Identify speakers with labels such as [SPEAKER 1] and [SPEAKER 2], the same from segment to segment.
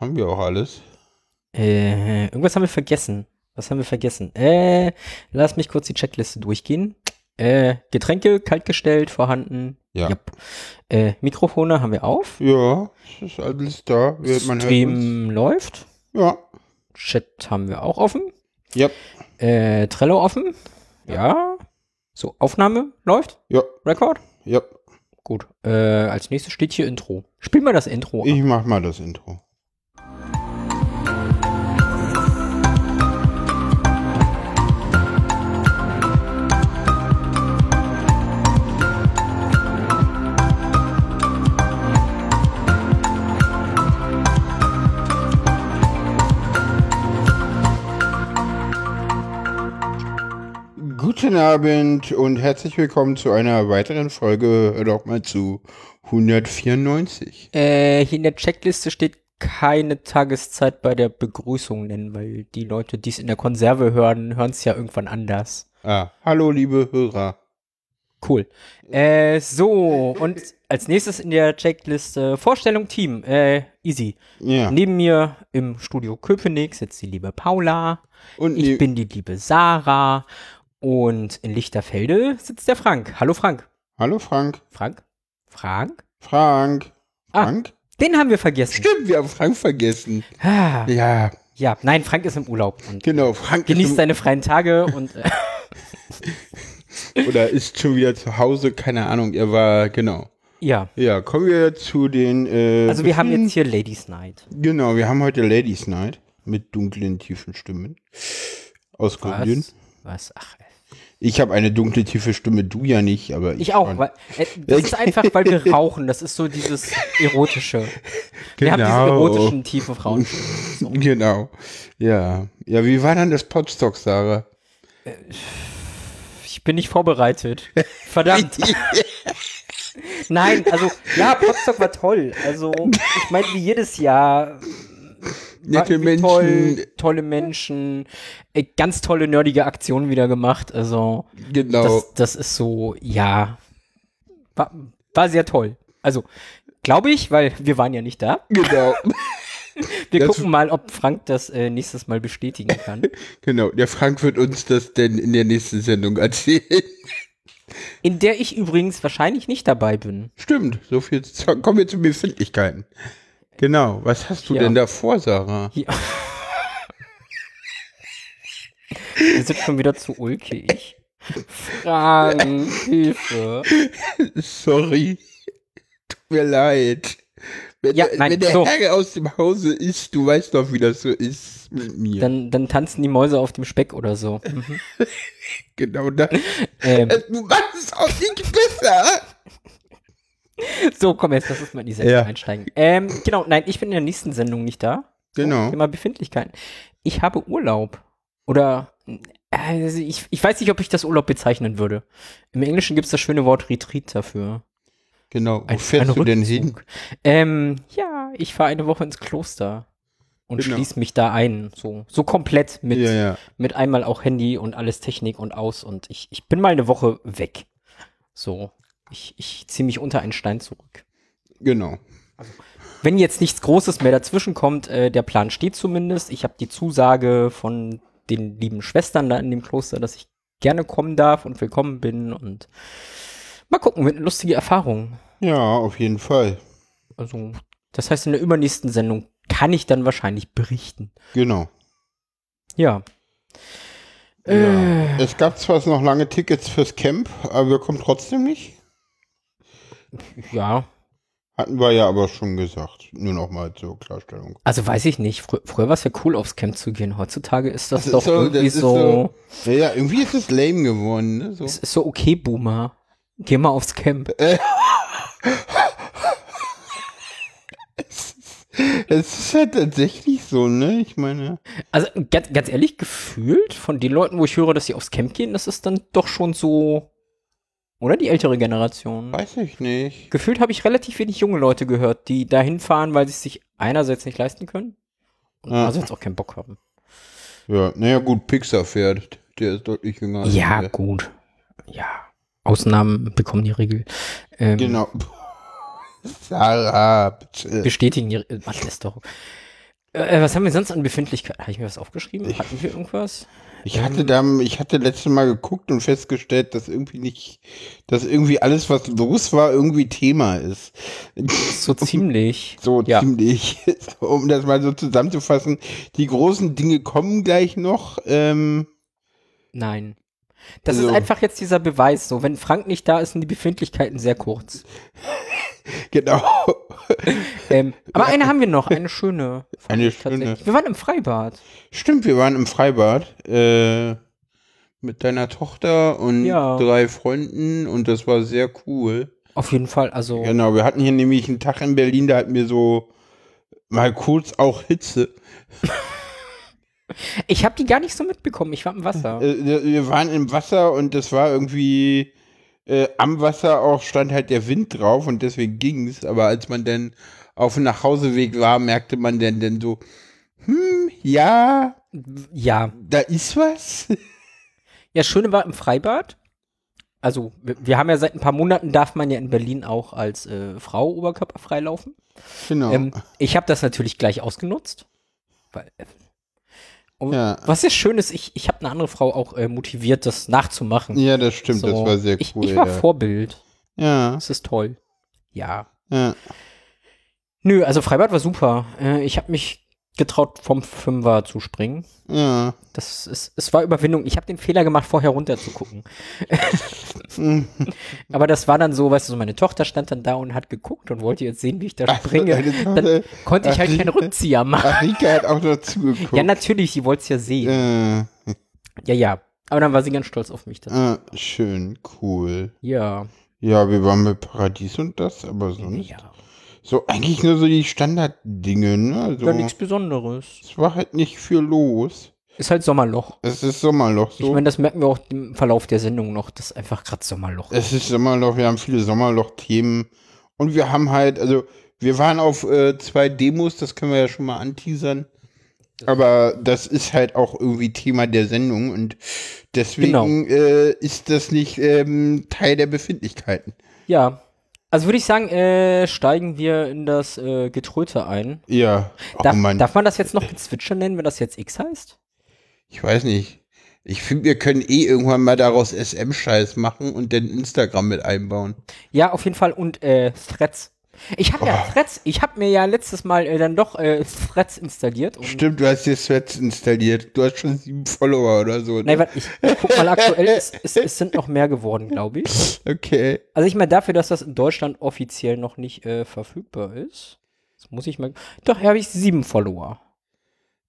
[SPEAKER 1] Haben wir auch alles?
[SPEAKER 2] Äh, irgendwas haben wir vergessen. Was haben wir vergessen? Äh, lass mich kurz die Checkliste durchgehen. Äh, Getränke kaltgestellt, vorhanden.
[SPEAKER 1] Ja.
[SPEAKER 2] Jupp. Äh, Mikrofone haben wir auf.
[SPEAKER 1] Ja, es ist alles da. Wird man hört uns.
[SPEAKER 2] Stream läuft.
[SPEAKER 1] Ja.
[SPEAKER 2] Chat haben wir auch offen.
[SPEAKER 1] Ja.
[SPEAKER 2] Äh, Trello offen. Ja. So, Aufnahme läuft.
[SPEAKER 1] Ja.
[SPEAKER 2] Record.
[SPEAKER 1] Ja.
[SPEAKER 2] Gut. Äh, als nächstes steht hier Intro. Spiel mal das Intro. ab.
[SPEAKER 1] Ich mach mal das Intro. Guten Abend und herzlich willkommen zu einer weiteren Folge, hör doch mal zu 194.
[SPEAKER 2] Äh, hier in der Checkliste steht keine Tageszeit bei der Begrüßung nennen, weil die Leute, die es in der Konserve hören, hören es ja irgendwann anders.
[SPEAKER 1] Ah, hallo liebe Hörer.
[SPEAKER 2] Cool. Äh, so, und als nächstes in der Checkliste Vorstellung Team. Äh, easy.
[SPEAKER 1] Ja.
[SPEAKER 2] Neben mir im Studio Köpenick sitzt die liebe Paula.
[SPEAKER 1] und
[SPEAKER 2] Ich
[SPEAKER 1] ne-
[SPEAKER 2] bin die liebe Sarah. Und in Lichterfelde sitzt der Frank. Hallo Frank.
[SPEAKER 1] Hallo Frank.
[SPEAKER 2] Frank? Frank?
[SPEAKER 1] Frank.
[SPEAKER 2] Ah.
[SPEAKER 1] Frank?
[SPEAKER 2] Den haben wir vergessen.
[SPEAKER 1] Stimmt, wir haben Frank vergessen.
[SPEAKER 2] Ah,
[SPEAKER 1] Ja,
[SPEAKER 2] ja, nein, Frank ist im Urlaub. Und
[SPEAKER 1] genau. Frank
[SPEAKER 2] genießt
[SPEAKER 1] ist
[SPEAKER 2] seine freien Tage und äh,
[SPEAKER 1] im, oder ist schon wieder zu Hause, keine Ahnung. Er war genau.
[SPEAKER 2] ja.
[SPEAKER 1] Ja, kommen wir zu den. Äh,
[SPEAKER 2] Also wir haben jetzt hier Ladies Night.
[SPEAKER 1] Genau, wir haben heute Ladies Night mit dunklen, tiefen Stimmen aus Kolumbien.
[SPEAKER 2] Was? Was? Ach, äh, ey.
[SPEAKER 1] Ich habe eine dunkle, tiefe Stimme, du ja nicht, aber ich,
[SPEAKER 2] ich auch.
[SPEAKER 1] schon.
[SPEAKER 2] Weil, äh, das ist einfach, weil wir rauchen. Das ist so dieses erotische. Wir haben diese
[SPEAKER 1] Genau.
[SPEAKER 2] erotischen, tiefen Frauen.
[SPEAKER 1] Genau. Ja. Ja, wie war dann das Podstock, Sarah?
[SPEAKER 2] Ich bin nicht vorbereitet. Verdammt. Nein, also ja, Potsdam war toll. Also ich meine, wie jedes Jahr.
[SPEAKER 1] Nette
[SPEAKER 2] Wie toll,
[SPEAKER 1] Menschen.
[SPEAKER 2] tolle Menschen, äh, ganz tolle nerdige Aktionen wieder gemacht. Also
[SPEAKER 1] Genau.
[SPEAKER 2] das, das ist so, ja, war, war sehr toll. Also glaube ich, weil wir waren ja nicht da.
[SPEAKER 1] genau.
[SPEAKER 2] Wir
[SPEAKER 1] Das-
[SPEAKER 2] gucken mal, ob Frank das äh, nächstes Mal bestätigen kann.
[SPEAKER 1] Genau, der Frank wird uns das denn in der nächsten Sendung erzählen.
[SPEAKER 2] In der ich übrigens wahrscheinlich nicht dabei bin.
[SPEAKER 1] Stimmt, so viel. zu- Kommen wir zu Befindlichkeiten. Genau, was hast du
[SPEAKER 2] Ja.
[SPEAKER 1] denn da vor, Sarah?
[SPEAKER 2] Ja. Wir sind schon wieder zu ulkig. Fragen, Hilfe.
[SPEAKER 1] Sorry. Tut mir leid. Wenn,
[SPEAKER 2] Ja,
[SPEAKER 1] der-
[SPEAKER 2] nein,
[SPEAKER 1] wenn der
[SPEAKER 2] so.
[SPEAKER 1] Herr aus dem Hause ist, du weißt doch, wie das so ist mit mir.
[SPEAKER 2] Dann, dann tanzen die Mäuse auf dem Speck oder so. Mhm.
[SPEAKER 1] genau das.
[SPEAKER 2] Ähm,
[SPEAKER 1] Du machst es auch nicht besser.
[SPEAKER 2] so, komm jetzt, lass uns mal in die Sendung
[SPEAKER 1] Ja.
[SPEAKER 2] einsteigen. Ähm, genau, nein, ich bin in der nächsten Sendung nicht da.
[SPEAKER 1] Genau.
[SPEAKER 2] Thema Befindlichkeiten. Ich habe Urlaub. Oder, äh, also ich, ich weiß nicht, ob ich das Urlaub bezeichnen würde. Im Englischen gibt es das schöne Wort Retreat dafür.
[SPEAKER 1] Genau, wo
[SPEAKER 2] Ein-
[SPEAKER 1] fährst
[SPEAKER 2] ein
[SPEAKER 1] du denn hin?
[SPEAKER 2] Rückzug. Ähm, ja, ich fahre eine Woche ins Kloster und
[SPEAKER 1] Genau.
[SPEAKER 2] schließe mich da ein. So, so komplett mit,
[SPEAKER 1] Ja, ja.
[SPEAKER 2] mit einmal auch Handy und alles Technik und aus. Und ich, ich bin mal eine Woche weg. So, ich, ich ziehe mich unter einen Stein zurück.
[SPEAKER 1] Genau.
[SPEAKER 2] Wenn jetzt nichts Großes mehr dazwischen kommt, äh, der Plan steht zumindest. Ich habe die Zusage von den lieben Schwestern da in dem Kloster, dass ich gerne kommen darf und willkommen bin. Und mal gucken, wird eine lustige Erfahrung.
[SPEAKER 1] Ja, auf jeden Fall.
[SPEAKER 2] Also, das heißt, in der übernächsten Sendung kann ich dann wahrscheinlich berichten.
[SPEAKER 1] Genau.
[SPEAKER 2] Ja.
[SPEAKER 1] Ja.
[SPEAKER 2] Äh.
[SPEAKER 1] Es gab zwar noch lange Tickets fürs Camp, aber wir kommen trotzdem nicht.
[SPEAKER 2] Ja.
[SPEAKER 1] Hatten wir ja aber schon gesagt. Nur nochmal zur Klarstellung.
[SPEAKER 2] Also weiß ich nicht. Frü früher war es ja cool, aufs Camp zu gehen. Heutzutage ist
[SPEAKER 1] Das
[SPEAKER 2] das,
[SPEAKER 1] ist
[SPEAKER 2] doch
[SPEAKER 1] so-
[SPEAKER 2] irgendwie
[SPEAKER 1] das ist
[SPEAKER 2] so,
[SPEAKER 1] so- Ja, ja irgendwie ist es lame geworden. Ne? So.
[SPEAKER 2] Es ist so okay, Boomer. Geh mal aufs Camp.
[SPEAKER 1] Es ist halt tatsächlich so, ne? Ich meine,
[SPEAKER 2] Also ganz, ganz ehrlich, gefühlt von den Leuten, wo ich höre, dass sie aufs Camp gehen, das ist dann doch schon so. Oder die ältere Generation.
[SPEAKER 1] weiß ich nicht.
[SPEAKER 2] Gefühlt habe ich relativ wenig junge Leute gehört, die dahin fahren, weil sie es sich einerseits nicht leisten können und
[SPEAKER 1] Ja.
[SPEAKER 2] andererseits auch keinen Bock haben.
[SPEAKER 1] Ja, naja, gut, Pixar fährt. Der ist deutlich jünger. als
[SPEAKER 2] Ja,
[SPEAKER 1] wir.
[SPEAKER 2] gut. Ja. Ausnahmen bekommen die Regel. Ähm,
[SPEAKER 1] Genau. Sarah, bitte.
[SPEAKER 2] Bestätigen die Regel. Mann, ist doch. Äh, was haben wir sonst an Befindlichkeit? Habe ich mir was aufgeschrieben? Hatten wir irgendwas?
[SPEAKER 1] Ich hatte da, ich hatte letztes Mal geguckt und festgestellt, dass irgendwie nicht, dass irgendwie alles, was los war, irgendwie Thema ist.
[SPEAKER 2] So ziemlich.
[SPEAKER 1] So
[SPEAKER 2] Ja.
[SPEAKER 1] ziemlich. Um das mal so zusammenzufassen. Die großen Dinge kommen gleich noch. Ähm,
[SPEAKER 2] Nein. Das
[SPEAKER 1] Also-
[SPEAKER 2] ist einfach jetzt dieser Beweis. So, wenn Frank nicht da ist, sind die Befindlichkeiten sehr kurz.
[SPEAKER 1] genau.
[SPEAKER 2] Ähm, aber eine haben wir noch, eine schöne.
[SPEAKER 1] Eine schöne.
[SPEAKER 2] Tatsächlich. Wir waren im Freibad.
[SPEAKER 1] Stimmt, wir waren im Freibad. Äh, mit deiner Tochter und
[SPEAKER 2] Ja.
[SPEAKER 1] drei Freunden und das war sehr cool.
[SPEAKER 2] Auf jeden Fall, also.
[SPEAKER 1] Genau, wir hatten hier nämlich einen Tag in Berlin, da hatten wir so mal kurz auch Hitze.
[SPEAKER 2] Ich habe die gar nicht so mitbekommen. Ich war im Wasser.
[SPEAKER 1] Äh, wir waren im Wasser und das war irgendwie äh, am Wasser auch stand halt der Wind drauf und deswegen ging's. Aber als man dann auf dem Nachhauseweg war, merkte man dann, dann so, hm, ja,
[SPEAKER 2] Ja.
[SPEAKER 1] da ist was.
[SPEAKER 2] Ja, das Schöne war im Freibad. Also, wir, wir haben ja seit ein paar Monaten darf man ja in Berlin auch als äh, Frau oberkörperfrei laufen.
[SPEAKER 1] genau.
[SPEAKER 2] Ähm, ich habe das natürlich gleich ausgenutzt. Weil, äh, und
[SPEAKER 1] Ja.
[SPEAKER 2] Was sehr schön ist, ich, ich habe eine andere Frau auch äh, motiviert, das nachzumachen.
[SPEAKER 1] ja, das stimmt, das
[SPEAKER 2] So.
[SPEAKER 1] war sehr cool.
[SPEAKER 2] Ich, ich war
[SPEAKER 1] ja.
[SPEAKER 2] Vorbild.
[SPEAKER 1] ja,
[SPEAKER 2] Das ist toll. Ja.
[SPEAKER 1] ja.
[SPEAKER 2] Nö, also Freibad war super. Äh, ich habe mich getraut, vom Fünfer zu springen.
[SPEAKER 1] Ja,
[SPEAKER 2] Das ist, es war Überwindung. Ich habe den Fehler gemacht, vorher runterzugucken. Aber das war dann so, weißt du, so meine Tochter stand dann da und hat geguckt und wollte jetzt sehen, wie ich da
[SPEAKER 1] Also
[SPEAKER 2] springe.
[SPEAKER 1] deine Tochter-
[SPEAKER 2] Dann konnte ich halt
[SPEAKER 1] Ach,
[SPEAKER 2] keinen Rückzieher machen.
[SPEAKER 1] Ach, Rika hat auch dazu geguckt.
[SPEAKER 2] Ja, natürlich, sie wollte es ja sehen.
[SPEAKER 1] äh,
[SPEAKER 2] Ja, ja. Aber dann war sie ganz stolz auf mich. Dann.
[SPEAKER 1] äh, schön, cool.
[SPEAKER 2] Ja.
[SPEAKER 1] Ja, wir waren mit Paradies und das, aber sonst.
[SPEAKER 2] Ja.
[SPEAKER 1] So, eigentlich nur so die Standarddinge, ne? Also,
[SPEAKER 2] Ja, nichts Besonderes.
[SPEAKER 1] es war halt nicht viel los.
[SPEAKER 2] Ist halt Sommerloch.
[SPEAKER 1] Es ist Sommerloch
[SPEAKER 2] Ich
[SPEAKER 1] so.
[SPEAKER 2] meine, das merken wir auch im Verlauf der Sendung noch, dass einfach gerade Sommerloch ist.
[SPEAKER 1] es ist Sommerloch, wir haben viele Sommerloch-Themen. Und wir haben halt, also, wir waren auf äh, zwei Demos, das können wir ja schon mal anteasern. Aber das ist halt auch irgendwie Thema der Sendung und
[SPEAKER 2] Genau.
[SPEAKER 1] deswegen äh, ist das nicht ähm, Teil der Befindlichkeiten.
[SPEAKER 2] Ja. Also würde ich sagen, äh, steigen wir in das äh, Getröte ein.
[SPEAKER 1] Ja.
[SPEAKER 2] Darf,
[SPEAKER 1] oh Mann.
[SPEAKER 2] darf man das jetzt noch Gezwitscher nennen, wenn das jetzt X heißt?
[SPEAKER 1] Ich weiß nicht. Ich finde, wir können eh irgendwann mal daraus SM-Scheiß machen und dann Instagram mit einbauen.
[SPEAKER 2] Ja, auf jeden Fall. Und äh, Threads. Ich habe
[SPEAKER 1] Oh.
[SPEAKER 2] ja Threads, ich habe mir ja letztes Mal äh, dann doch äh, Threads installiert. Und,
[SPEAKER 1] Stimmt, du hast dir Threads installiert. Du hast schon sieben Follower oder so.
[SPEAKER 2] nein, warte, ich, ich guck mal aktuell, es, es, es sind noch mehr geworden, glaube ich.
[SPEAKER 1] okay.
[SPEAKER 2] Also ich meine, dafür, dass das in Deutschland offiziell noch nicht äh, verfügbar ist, das muss ich mal. Doch, hier habe ich sieben Follower.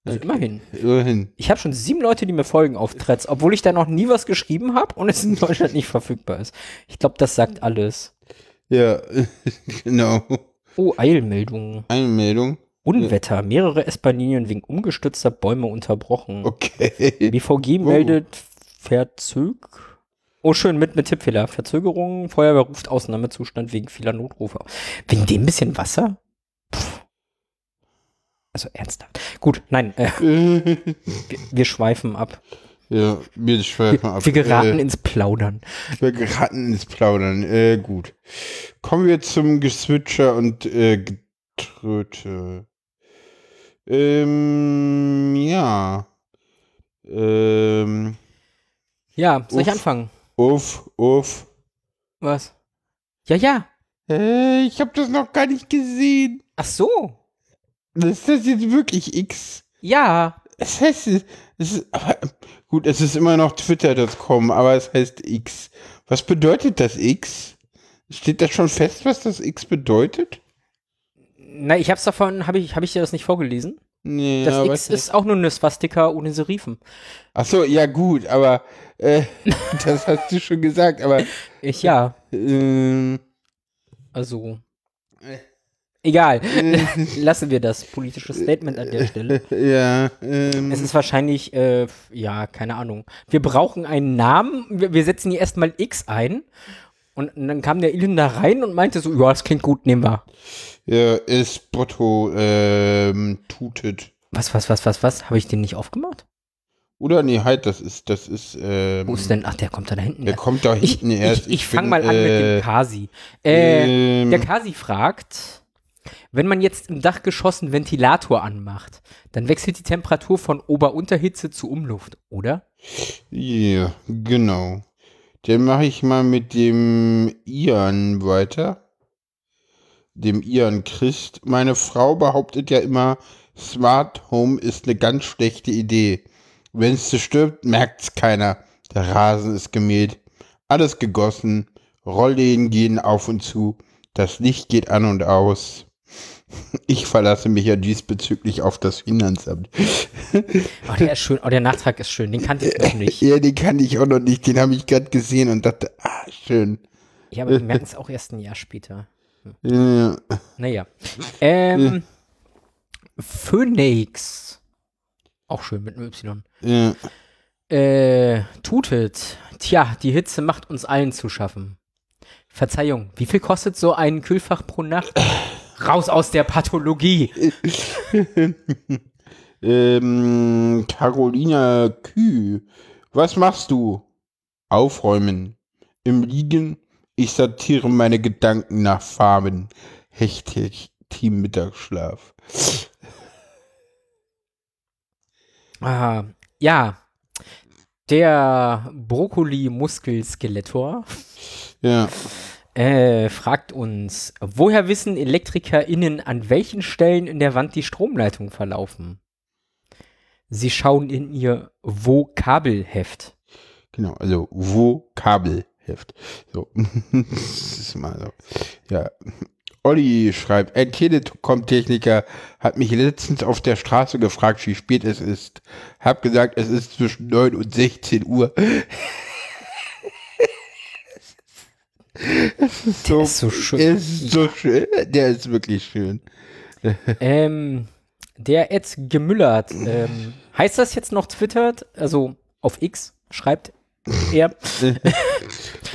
[SPEAKER 1] Äh,
[SPEAKER 2] Also immerhin.
[SPEAKER 1] Immerhin.
[SPEAKER 2] Ich habe schon sieben Leute, die mir folgen auf Threads, obwohl ich da noch nie was geschrieben habe und es in Deutschland nicht verfügbar ist. Ich glaube, das sagt alles.
[SPEAKER 1] Ja, genau.
[SPEAKER 2] Oh, Eilmeldungen.
[SPEAKER 1] Einmeldung.
[SPEAKER 2] Unwetter. Mehrere S-Bahnlinien wegen umgestützter Bäume unterbrochen.
[SPEAKER 1] Okay.
[SPEAKER 2] BVG
[SPEAKER 1] Oh.
[SPEAKER 2] meldet Verzög. Oh, schön, mit, mit Tippfehler. Verzögerung. Feuerwehr ruft Ausnahmezustand wegen vieler Notrufe. Wegen dem bisschen Wasser? Pff. Also ernsthaft. Gut, nein, äh, wir, wir schweifen ab.
[SPEAKER 1] ja, wir schweifen ab.
[SPEAKER 2] Wir geraten
[SPEAKER 1] äh,
[SPEAKER 2] ins Plaudern.
[SPEAKER 1] wir geraten ins Plaudern. Äh, gut. Kommen wir zum Geswitcher und äh, Getröte. Ähm, ja. Ähm,
[SPEAKER 2] Ja, soll ich
[SPEAKER 1] Uff.
[SPEAKER 2] anfangen?
[SPEAKER 1] uff, uff.
[SPEAKER 2] Was? Ja, ja.
[SPEAKER 1] Äh, ich habe das noch gar nicht gesehen.
[SPEAKER 2] Ach so.
[SPEAKER 1] Ist das jetzt wirklich X?
[SPEAKER 2] Ja.
[SPEAKER 1] Es heißt, es ist, aber, gut, es ist immer noch twitter.com, aber es heißt X. Was bedeutet das X? Steht da schon fest, was das X bedeutet?
[SPEAKER 2] Na, ich hab's davon, habe ich, hab ich dir das nicht vorgelesen?
[SPEAKER 1] Nee,
[SPEAKER 2] Das
[SPEAKER 1] aber
[SPEAKER 2] X ist auch nur eine Swastika ohne Serifen.
[SPEAKER 1] Ach so, ja gut, aber äh, das hast du schon gesagt, aber
[SPEAKER 2] Ich ja.
[SPEAKER 1] ähm,
[SPEAKER 2] Also.
[SPEAKER 1] Äh.
[SPEAKER 2] Egal. Lassen wir das politische Statement an der Stelle.
[SPEAKER 1] äh, ja, ähm,
[SPEAKER 2] Es ist wahrscheinlich, äh, f- ja, keine Ahnung. Wir brauchen einen Namen. Wir, wir setzen hier erstmal X ein. Und dann kam der Ilin da rein und meinte so, ja, das klingt gut, nehmen wir.
[SPEAKER 1] ja, ist Brutto ähm, tutet.
[SPEAKER 2] Was, was, was, was, was? Habe ich den nicht aufgemacht?
[SPEAKER 1] Oder nee, halt, das ist, das ist, ähm,
[SPEAKER 2] Wo ist denn? Ach, der kommt da hinten.
[SPEAKER 1] der kommt da
[SPEAKER 2] ich
[SPEAKER 1] hinten
[SPEAKER 2] ich,
[SPEAKER 1] erst.
[SPEAKER 2] ich, fang
[SPEAKER 1] bin,
[SPEAKER 2] mal an mit
[SPEAKER 1] äh,
[SPEAKER 2] dem Kasi. Äh,
[SPEAKER 1] ähm,
[SPEAKER 2] Der Kasi fragt, Wenn man jetzt im Dachgeschoss einen Ventilator anmacht, dann wechselt die Temperatur von Ober-Unterhitze zu Umluft, oder?
[SPEAKER 1] Ja, genau. Dann mache ich mal mit dem Ian weiter. Dem Ian Christ. Meine Frau behauptet ja immer, Smart Home ist eine ganz schlechte Idee. Wenn es stirbt, merkt's keiner. Der Rasen ist gemäht, alles gegossen, Rollläden gehen auf und zu, das Licht geht an und aus. Ich verlasse mich ja diesbezüglich auf das Finanzamt.
[SPEAKER 2] Oh, der ist schön. Oh, der Nachtrag ist schön. Den kannte ich noch nicht.
[SPEAKER 1] Ja, den kann ich auch noch nicht. Den habe ich gerade gesehen und dachte, ah, schön.
[SPEAKER 2] Ja, aber wir merken es auch erst ein Jahr später.
[SPEAKER 1] Ja.
[SPEAKER 2] Naja. Ähm, Phoenix. Auch schön mit einem Y.
[SPEAKER 1] Ja.
[SPEAKER 2] Äh, tutet. Tja, die Hitze macht uns allen zu schaffen. Verzeihung, wie viel kostet so ein Kühlfach pro Nacht? Raus aus der Pathologie.
[SPEAKER 1] Ähm, Carolina Küh, was machst du? Aufräumen. Im Liegen, ich sortiere meine Gedanken nach Farben. Hechtig, Team Mittagsschlaf.
[SPEAKER 2] Ah, ja. Der Brokkoli-Muskelskeletor
[SPEAKER 1] Ja,
[SPEAKER 2] äh, fragt uns, woher wissen ElektrikerInnen, an welchen Stellen in der Wand die Stromleitungen verlaufen? Sie schauen in ihr Vokabelheft.
[SPEAKER 1] genau, also Vokabelheft. So, das ist mal so. Ja. Olli schreibt, ein Telekom-Techniker hat mich letztens auf der Straße gefragt, wie spät es ist. Hab gesagt, es ist zwischen 9 und 16 Uhr. Das ist so,
[SPEAKER 2] ist so schön.
[SPEAKER 1] Der ist so schön. Der ist wirklich schön.
[SPEAKER 2] Ähm, der Ed Gemüllert, ähm, heißt das jetzt noch twittert? Also auf X schreibt er.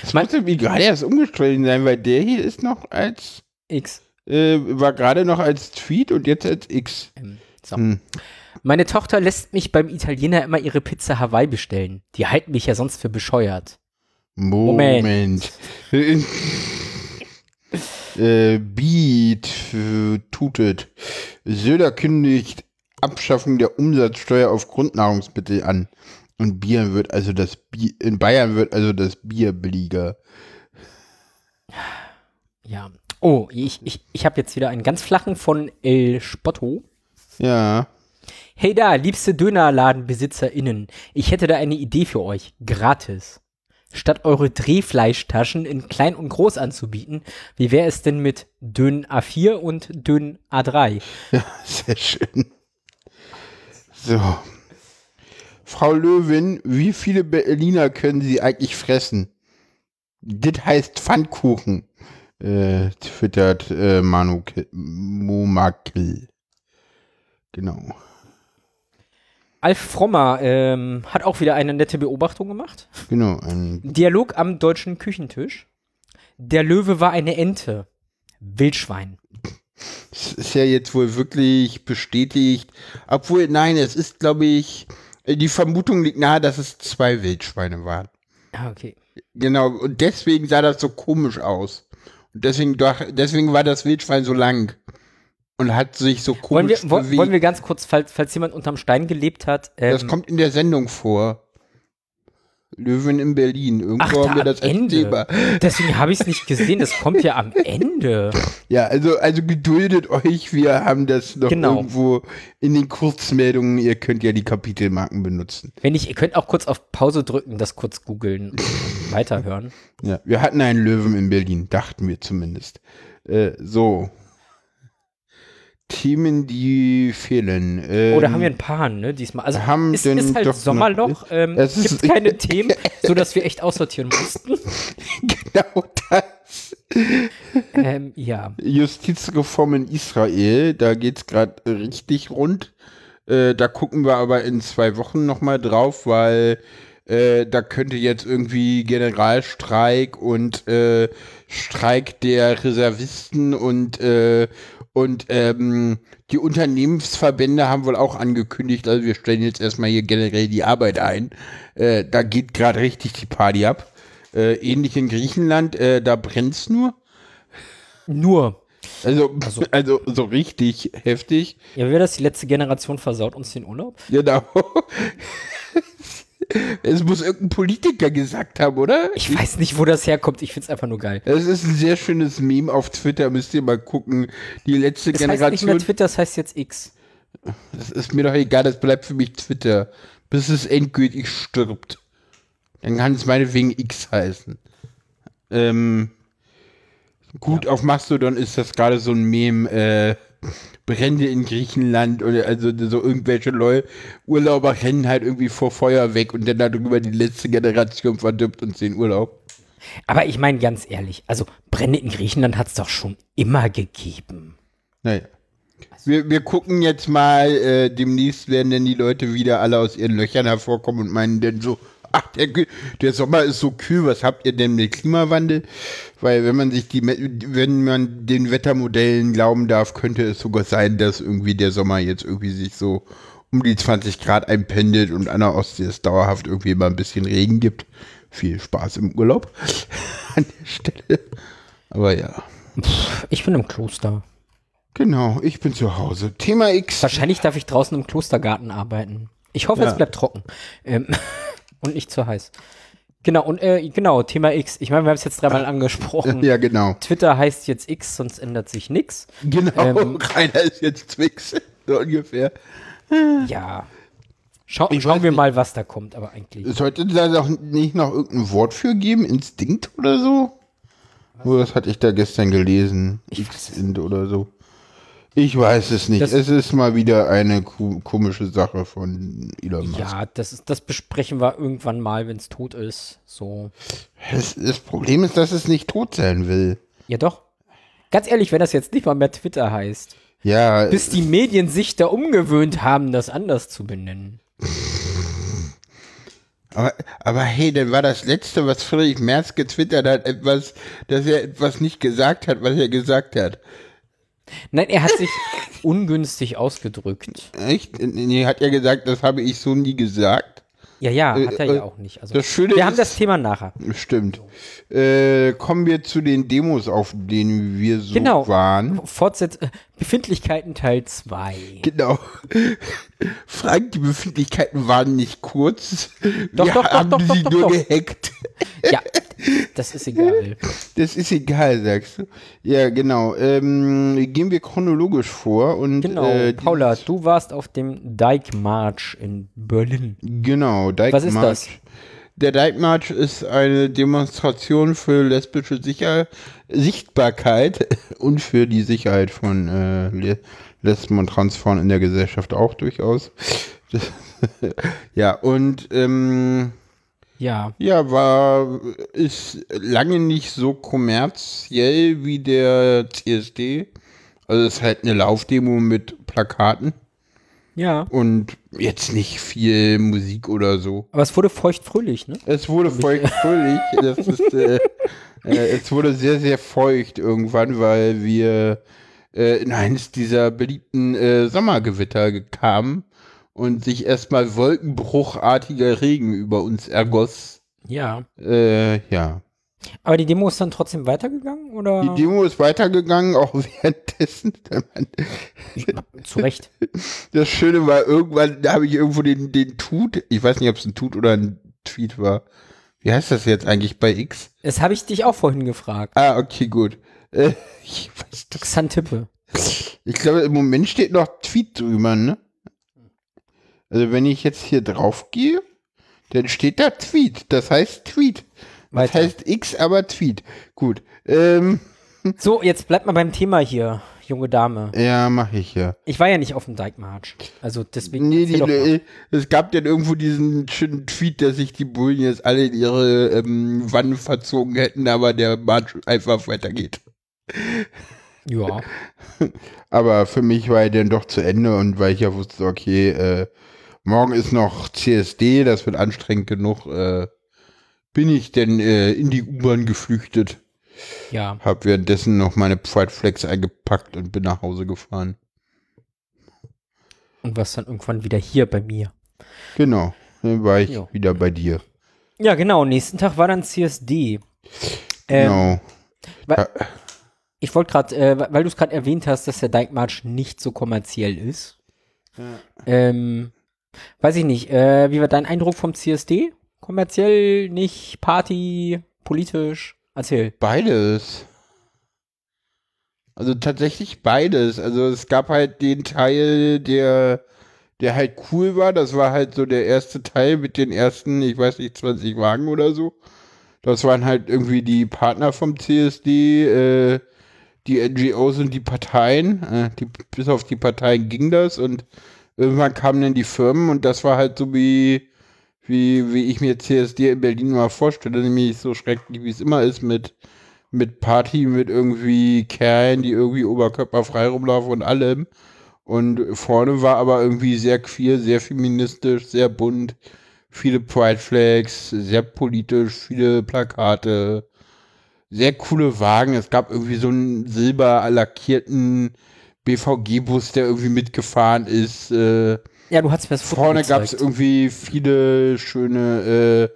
[SPEAKER 1] Das musste mir gerade erst umgestellt sein, weil der hier ist noch als,
[SPEAKER 2] X.
[SPEAKER 1] äh, war gerade noch als Tweet und jetzt als X.
[SPEAKER 2] Ähm, so.
[SPEAKER 1] Hm.
[SPEAKER 2] Meine Tochter lässt mich beim Italiener immer ihre Pizza Hawaii bestellen. Die halten mich ja sonst für bescheuert.
[SPEAKER 1] Moment. äh, Beat äh, tutet. Söder kündigt Abschaffung der Umsatzsteuer auf Grundnahrungsmittel an. Und Bier wird also das Bier, in Bayern wird also das Bier billiger.
[SPEAKER 2] Ja. Oh, ich, ich, ich habe jetzt wieder einen ganz flachen von El Spotto.
[SPEAKER 1] Ja.
[SPEAKER 2] Hey da, liebste Dönerladenbesitzerinnen, ich hätte da eine Idee für euch. Gratis. Statt eure Drehfleischtaschen in klein und groß anzubieten, wie wäre es denn mit Dön A4 und Dön A3?
[SPEAKER 1] Sehr schön. So. Frau Löwin, wie viele Berliner können Sie eigentlich fressen? Das heißt Pfannkuchen, äh, twittert äh, Manu K- Momakel. Genau.
[SPEAKER 2] Alf Frommer ähm, hat auch wieder eine nette Beobachtung gemacht.
[SPEAKER 1] Genau. Ein,
[SPEAKER 2] Dialog am deutschen Küchentisch. Der Löwe war eine Ente. Wildschwein.
[SPEAKER 1] das ist ja jetzt wohl wirklich bestätigt. Obwohl, nein, es ist, glaube ich, äh, die Vermutung liegt nahe, dass es zwei Wildschweine waren.
[SPEAKER 2] Ah, okay.
[SPEAKER 1] Genau, und deswegen sah das so komisch aus. Und deswegen, doch, deswegen war das Wildschwein so lang. Und hat sich so
[SPEAKER 2] Wollen wir,
[SPEAKER 1] komisch
[SPEAKER 2] wo,
[SPEAKER 1] bewegt.
[SPEAKER 2] wollen wir ganz kurz, falls, falls jemand unterm Stein gelebt hat, ähm,
[SPEAKER 1] das kommt in der Sendung vor. Löwen in Berlin.
[SPEAKER 2] Ach,
[SPEAKER 1] Irgendwo
[SPEAKER 2] da
[SPEAKER 1] haben wir das
[SPEAKER 2] am
[SPEAKER 1] als Thema.
[SPEAKER 2] Ende. Deswegen habe ich es nicht gesehen. Das kommt ja am Ende.
[SPEAKER 1] Ja, also, also geduldet euch. Wir haben das noch
[SPEAKER 2] Genau.
[SPEAKER 1] irgendwo in den Kurzmeldungen. Ihr könnt ja die Kapitelmarken benutzen.
[SPEAKER 2] Wenn ich, ihr könnt auch kurz auf Pause drücken, das kurz googeln und weiterhören.
[SPEAKER 1] Ja, wir hatten einen Löwen in Berlin, dachten wir zumindest. Äh, so. Themen, die fehlen. Ähm,
[SPEAKER 2] Oder haben wir ein paar, ne, diesmal? Also,
[SPEAKER 1] Haben
[SPEAKER 2] es
[SPEAKER 1] denn
[SPEAKER 2] ist halt
[SPEAKER 1] doch
[SPEAKER 2] Sommerloch.
[SPEAKER 1] noch-
[SPEAKER 2] Ähm,
[SPEAKER 1] Es ist-
[SPEAKER 2] gibt keine Themen, sodass wir echt aussortieren mussten.
[SPEAKER 1] genau das.
[SPEAKER 2] Ähm, ja.
[SPEAKER 1] Justizreform in Israel, da geht's gerade richtig rund. Äh, da gucken wir aber in zwei Wochen nochmal drauf, weil äh, da könnte jetzt irgendwie Generalstreik und äh, Streik der Reservisten und, äh, und ähm, die Unternehmensverbände haben wohl auch angekündigt, also wir stellen jetzt erstmal hier generell die Arbeit ein. Äh, da geht gerade richtig die Party ab. Äh, ähnlich in Griechenland, äh, da brennt's nur.
[SPEAKER 2] Nur.
[SPEAKER 1] Also, also, so richtig heftig.
[SPEAKER 2] Ja, wäre das die letzte Generation versaut uns den Urlaub?
[SPEAKER 1] Genau. es muss irgendein Politiker gesagt haben, oder?
[SPEAKER 2] Ich weiß nicht, wo das herkommt. Ich find's einfach nur geil.
[SPEAKER 1] Es ist ein sehr schönes Meme auf Twitter, müsst ihr mal gucken. Die letzte
[SPEAKER 2] Das heißt nicht
[SPEAKER 1] Generation.
[SPEAKER 2] mehr Twitter, das heißt jetzt X.
[SPEAKER 1] das ist mir doch egal, das bleibt für mich Twitter. Bis es endgültig stirbt. Dann kann es meinetwegen X heißen. Ähm, gut, auf Mastodon ist das gerade so ein Meme, äh, Brände in Griechenland oder also so irgendwelche Leute, Urlauber rennen halt irgendwie vor Feuer weg und dann darüber die letzte Generation verdirbt uns den Urlaub.
[SPEAKER 2] Aber ich meine ganz ehrlich, also Brände in Griechenland hat's doch schon immer gegeben.
[SPEAKER 1] Naja. Wir, wir gucken jetzt mal, äh, demnächst werden denn die Leute wieder alle aus ihren Löchern hervorkommen und meinen dann so, ach, der, Kü- der Sommer ist so kühl, was habt ihr denn mit Klimawandel? Weil wenn man sich die, Me- wenn man den Wettermodellen glauben darf, könnte es sogar sein, dass irgendwie der Sommer jetzt irgendwie sich so um die 20 Grad einpendelt und an der Ostsee es dauerhaft irgendwie immer ein bisschen Regen gibt. Viel Spaß im Urlaub an der Stelle. Aber ja.
[SPEAKER 2] Ich bin im Kloster.
[SPEAKER 1] Genau, ich bin zu Hause. Thema X.
[SPEAKER 2] Wahrscheinlich darf ich draußen im Klostergarten arbeiten. Ich hoffe,
[SPEAKER 1] Ja.
[SPEAKER 2] es bleibt trocken. Ähm, und nicht zu heiß. Genau, und äh, genau, Thema X. Ich meine, wir haben es jetzt dreimal angesprochen.
[SPEAKER 1] Ja, genau.
[SPEAKER 2] Twitter heißt jetzt X, sonst ändert sich nichts.
[SPEAKER 1] Genau,
[SPEAKER 2] Ähm.
[SPEAKER 1] Rainer ist jetzt Twix. So ungefähr.
[SPEAKER 2] Ja. Schau,
[SPEAKER 1] Ich
[SPEAKER 2] schauen
[SPEAKER 1] weiß
[SPEAKER 2] wir
[SPEAKER 1] nicht.
[SPEAKER 2] mal, was da kommt, aber eigentlich.
[SPEAKER 1] Sollte da doch nicht noch irgendein Wort für geben? Instinkt oder so? Nur das hatte ich da gestern gelesen. Instinkt oder so. Ich weiß es nicht.
[SPEAKER 2] Das-
[SPEAKER 1] es ist mal wieder eine ku- komische Sache von Elon Musk.
[SPEAKER 2] Ja, das, ist, das besprechen wir irgendwann mal, wenn es tot ist. So.
[SPEAKER 1] Das, das Problem ist, dass es nicht tot sein will.
[SPEAKER 2] Ja, doch. Ganz ehrlich, wenn das jetzt nicht mal mehr Twitter heißt,
[SPEAKER 1] Ja,
[SPEAKER 2] bis die Medien sich da umgewöhnt haben, das anders zu benennen.
[SPEAKER 1] Aber, aber hey, dann war das letzte, was Friedrich Merz getwittert hat, etwas, dass er etwas nicht gesagt hat, was er gesagt hat.
[SPEAKER 2] Nein, er hat sich ungünstig ausgedrückt.
[SPEAKER 1] Echt? Nee, hat er gesagt, das habe ich so nie gesagt.
[SPEAKER 2] Ja, ja, hat er
[SPEAKER 1] Äh, äh,
[SPEAKER 2] ja auch nicht. Also,
[SPEAKER 1] das Schöne
[SPEAKER 2] wir haben
[SPEAKER 1] ist-
[SPEAKER 2] das Thema nachher.
[SPEAKER 1] Stimmt. Äh, kommen wir zu den Demos, auf denen wir so
[SPEAKER 2] Genau.
[SPEAKER 1] waren.
[SPEAKER 2] Fortsetz äh, Befindlichkeiten Teil 2.
[SPEAKER 1] Genau. Frank, die Befindlichkeiten waren nicht kurz.
[SPEAKER 2] Doch,
[SPEAKER 1] wir
[SPEAKER 2] doch, doch,
[SPEAKER 1] haben
[SPEAKER 2] doch, doch,
[SPEAKER 1] sie
[SPEAKER 2] doch,
[SPEAKER 1] nur
[SPEAKER 2] doch.
[SPEAKER 1] gehackt.
[SPEAKER 2] Ja, das ist egal.
[SPEAKER 1] Das ist egal, sagst du. Ja, genau. Ähm, gehen wir chronologisch vor und
[SPEAKER 2] Genau,
[SPEAKER 1] äh, die-
[SPEAKER 2] Paula, du warst auf dem Dyke March in Berlin.
[SPEAKER 1] Genau, Dyke
[SPEAKER 2] Was ist
[SPEAKER 1] March.
[SPEAKER 2] das?
[SPEAKER 1] Der Dyke March ist eine Demonstration für lesbische Sicher Sichtbarkeit und für die Sicherheit von äh, Le- Lesben und Transfrauen in der Gesellschaft auch durchaus. Das, ja, und ähm,
[SPEAKER 2] Ja,
[SPEAKER 1] ja, war ist lange nicht so kommerziell wie der CSD. Also es ist halt eine Laufdemo mit Plakaten
[SPEAKER 2] ja.
[SPEAKER 1] und jetzt nicht viel Musik oder so.
[SPEAKER 2] Aber es wurde feuchtfröhlich, ne?
[SPEAKER 1] Es wurde feucht fröhlich. Das ist, äh, äh, es wurde sehr, sehr feucht irgendwann, weil wir äh, in eines dieser beliebten äh, Sommergewitter kamen und sich erstmal wolkenbruchartiger Regen über uns ergoss.
[SPEAKER 2] Ja.
[SPEAKER 1] Äh, ja.
[SPEAKER 2] Aber die Demo ist dann trotzdem weitergegangen, oder?
[SPEAKER 1] Die Demo ist weitergegangen, auch währenddessen.
[SPEAKER 2] Zu Recht.
[SPEAKER 1] Das Schöne war, irgendwann habe ich irgendwo den, den Tut, ich weiß nicht, ob es ein Tut oder ein Tweet war. Wie heißt das jetzt eigentlich bei X?
[SPEAKER 2] Das habe ich dich auch vorhin gefragt.
[SPEAKER 1] Ah, okay, gut. Äh, ich weiß das.
[SPEAKER 2] Xantippe.
[SPEAKER 1] Ich glaube, im Moment steht noch Tweet drüber, ne? Also, wenn ich jetzt hier drauf gehe, dann steht da Tweet. Das heißt Tweet. Das
[SPEAKER 2] Weiter.
[SPEAKER 1] heißt X, aber Tweet. Gut. Ähm,
[SPEAKER 2] So, jetzt bleibt mal beim Thema hier, junge Dame.
[SPEAKER 1] ja, mache ich ja.
[SPEAKER 2] Ich war ja nicht auf dem Dyke March. Also deswegen.
[SPEAKER 1] Nee,
[SPEAKER 2] erzähl
[SPEAKER 1] die,
[SPEAKER 2] doch mal.
[SPEAKER 1] äh, es gab dann irgendwo diesen schönen Tweet, dass sich die Bullen jetzt alle in ihre ähm, Wannen verzogen hätten, aber der March einfach weitergeht.
[SPEAKER 2] ja.
[SPEAKER 1] Aber für mich war er dann doch zu Ende und weil ich ja wusste, okay, äh, morgen ist noch CSD, das wird anstrengend genug, äh, bin ich denn äh, in die U-Bahn geflüchtet,
[SPEAKER 2] Ja.
[SPEAKER 1] habe währenddessen noch meine Pride Flags eingepackt und bin nach Hause gefahren.
[SPEAKER 2] Und was dann irgendwann wieder hier bei mir.
[SPEAKER 1] Genau, dann war ich
[SPEAKER 2] Jo.
[SPEAKER 1] wieder bei dir.
[SPEAKER 2] Ja, genau. Nächsten Tag war dann CSD. Ähm,
[SPEAKER 1] Genau.
[SPEAKER 2] wa- Ich wollte gerade, äh, weil du es gerade erwähnt hast, dass der Dijkmarsch nicht so kommerziell ist. Ähm, weiß ich nicht, äh, wie war dein Eindruck vom CSD? Kommerziell, nicht, Party, politisch? Erzähl.
[SPEAKER 1] Beides. Also tatsächlich beides. Also es gab halt den Teil, der, der halt cool war. Das war halt so der erste Teil mit den ersten, ich weiß nicht, 20 Wagen oder so. Das waren halt irgendwie die Partner vom CSD, äh, die NGOs und die Parteien. Äh, die, bis auf die Parteien ging das und irgendwann kamen dann die Firmen und das war halt so wie, wie, wie ich mir CSD in Berlin mal vorstelle, nämlich so schrecklich, wie es immer ist mit, mit Party, mit irgendwie Kerlen, die irgendwie oberkörperfrei rumlaufen und allem. Und vorne war aber irgendwie sehr queer, sehr feministisch, sehr bunt, viele Pride Flags, sehr politisch, viele Plakate, sehr coole Wagen. Es gab irgendwie so einen silber lackierten BVG-Bus, der irgendwie mitgefahren ist. Äh,
[SPEAKER 2] Ja, du hast mir das Foto
[SPEAKER 1] Vorne gab es
[SPEAKER 2] gezeigt.
[SPEAKER 1] irgendwie viele schöne